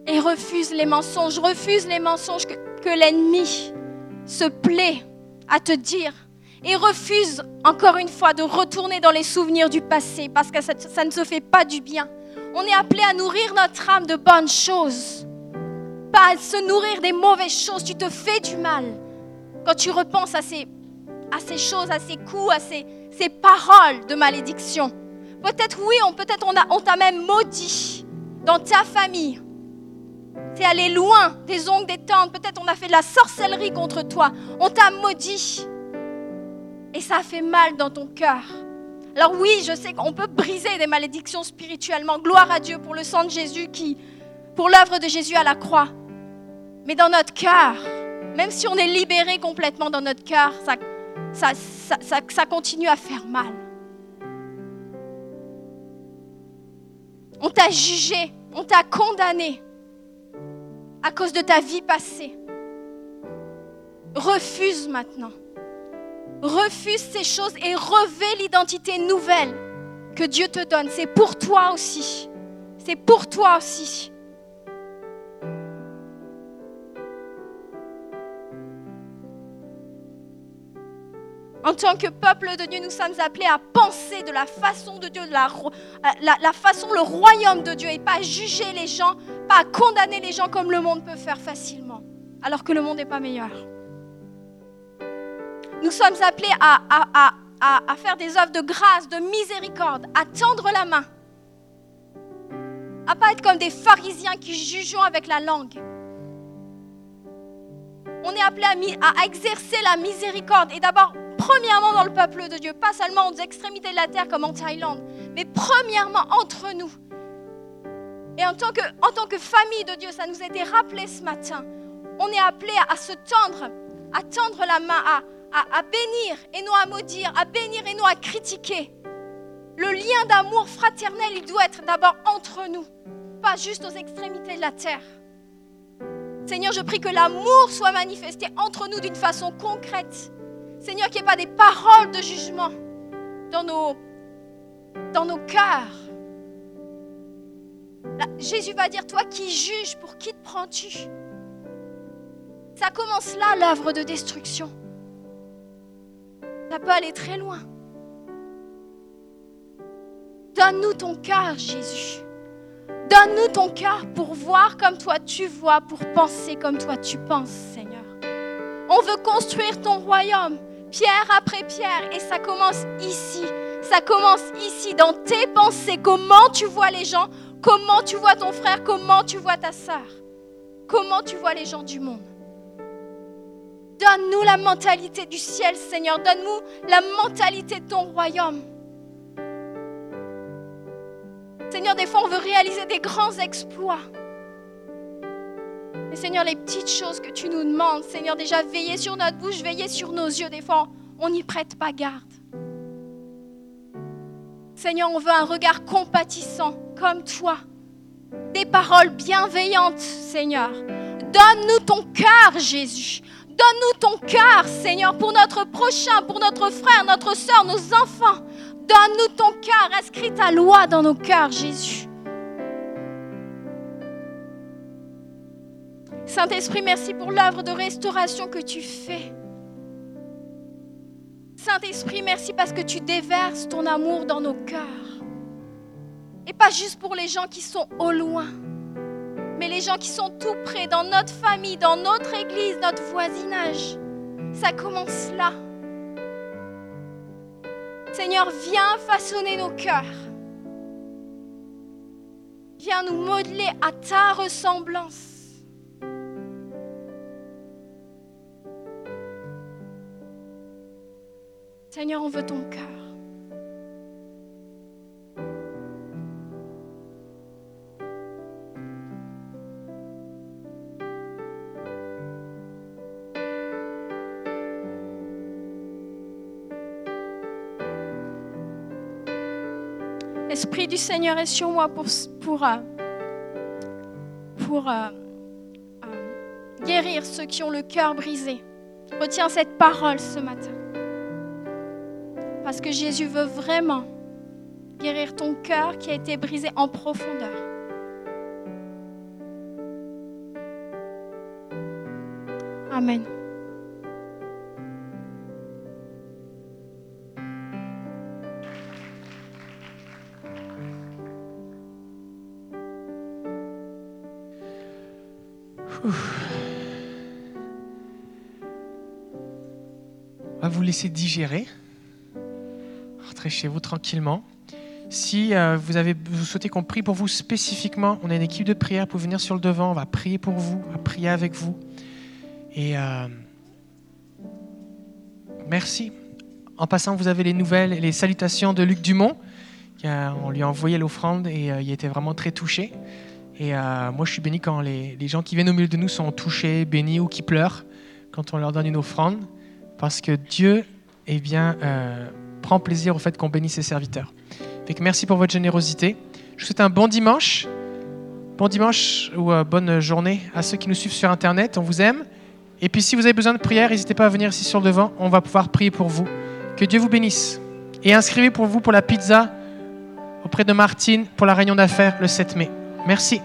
[SPEAKER 6] Et refuse les mensonges, refuse les mensonges que, que l'ennemi se plaît à te dire. Et refuse encore une fois de retourner dans les souvenirs du passé parce que ça, ça ne se fait pas du bien. On est appelé à nourrir notre âme de bonnes choses, pas à se nourrir des mauvaises choses. Tu te fais du mal quand tu repenses à ces à ces choses, à ces coups, à ces, ces paroles de malédiction. Peut-être oui, on peut-être on a- on t'a même maudit dans ta famille. T'es allé loin des ongles, des tantes. Peut-être on a fait de la sorcellerie contre toi. On t'a maudit. Et ça a fait mal dans ton cœur. Alors oui, je sais qu'on peut briser des malédictions spirituellement. Gloire à Dieu pour le sang de Jésus qui, pour l'œuvre de Jésus à la croix. Mais dans notre cœur, même si on est libéré complètement dans notre cœur, ça, ça, ça- ça- ça continue à faire mal. On t'a jugé, on t'a condamné à cause de ta vie passée. Refuse maintenant. Refuse ces choses et revêt l'identité nouvelle que Dieu te donne. C'est pour toi aussi. C'est pour toi aussi. En tant que peuple de Dieu, nous sommes appelés à penser de la façon de Dieu, de la, ro- euh, la- la façon, le royaume de Dieu, et pas à juger les gens, pas à condamner les gens comme le monde peut faire facilement, alors que le monde n'est pas meilleur. Nous sommes appelés à, à- à- à- à faire des œuvres de grâce, de miséricorde, à tendre la main, à pas être comme des pharisiens qui jugeons avec la langue. On est appelé à, mi- à exercer la miséricorde. Et d'abord, premièrement dans le peuple de Dieu, pas seulement aux extrémités de la terre comme en Thaïlande, mais premièrement entre nous. Et en tant que, en tant que famille de Dieu, ça nous a été rappelé ce matin. On est appelé à, à se tendre, à tendre la main, à, à- à bénir et non à maudire, à bénir et non à critiquer. Le lien d'amour fraternel, il doit être d'abord entre nous, pas juste aux extrémités de la terre. Seigneur, je prie que l'amour soit manifesté entre nous d'une façon concrète. Seigneur, qu'il n'y ait pas des paroles de jugement dans nos, dans nos cœurs. Là, Jésus va dire, toi qui juges, pour qui te prends-tu Ça commence là l'œuvre de destruction. Ça peut aller très loin. Donne-nous ton cœur, Jésus. Donne-nous ton cœur pour voir comme toi tu vois, pour penser comme toi tu penses, Seigneur. On veut construire ton royaume, pierre après pierre, et ça commence ici. Ça commence ici, dans tes pensées, comment tu vois les gens, comment tu vois ton frère, comment tu vois ta sœur, comment tu vois les gens du monde. Donne-nous la mentalité du ciel, Seigneur. Donne-nous la mentalité de ton royaume. Seigneur, des fois, on veut réaliser des grands exploits. Mais Seigneur, les petites choses que tu nous demandes, Seigneur, déjà veiller sur notre bouche, veiller sur nos yeux, des fois, on n'y prête pas garde. Seigneur, on veut un regard compatissant, comme toi. Des paroles bienveillantes, Seigneur. Donne-nous ton cœur, Jésus. Donne-nous ton cœur, Seigneur, pour notre prochain, pour notre frère, notre soeur, nos enfants. Donne-nous ton cœur, inscris ta loi dans nos cœurs, Jésus. Saint-Esprit, merci pour l'œuvre de restauration que tu fais. Saint-Esprit, merci parce que tu déverses ton amour dans nos cœurs. Et pas juste pour les gens qui sont au loin, mais les gens qui sont tout près, dans notre famille, dans notre église, notre voisinage. Ça commence là. Seigneur, viens façonner nos cœurs. Viens nous modeler à ta ressemblance. Seigneur, on veut ton cœur. L'Esprit du Seigneur est sur moi pour, pour, euh, pour, euh, euh, guérir ceux qui ont le cœur brisé. Retiens cette parole ce matin. Parce que Jésus veut vraiment guérir ton cœur qui a été brisé en profondeur. Amen.
[SPEAKER 7] On va vous laisser digérer. Rentrez chez vous tranquillement. Si euh, vous, avez, vous souhaitez qu'on prie pour vous spécifiquement, on a une équipe de prière pour venir sur le devant. On va prier pour vous, on va prier avec vous. Et euh, merci. En passant, vous avez les nouvelles, les salutations de Luc Dumont. qui a- on lui a envoyé l'offrande et euh, il était vraiment très touché. Et euh, moi, je suis béni quand les, les gens qui viennent au milieu de nous sont touchés, bénis ou qui pleurent quand on leur donne une offrande. Parce que Dieu, eh bien, euh, prend plaisir au fait qu'on bénisse ses serviteurs. Fait que merci pour votre générosité. Je vous souhaite un bon dimanche. Bon dimanche ou euh, bonne journée à ceux qui nous suivent sur Internet. On vous aime. Et puis si vous avez besoin de prière, n'hésitez pas à venir ici sur le devant. On va pouvoir prier pour vous. Que Dieu vous bénisse. Et inscrivez pour vous pour la pizza auprès de Martine pour la réunion d'affaires le 7 mai. Merci.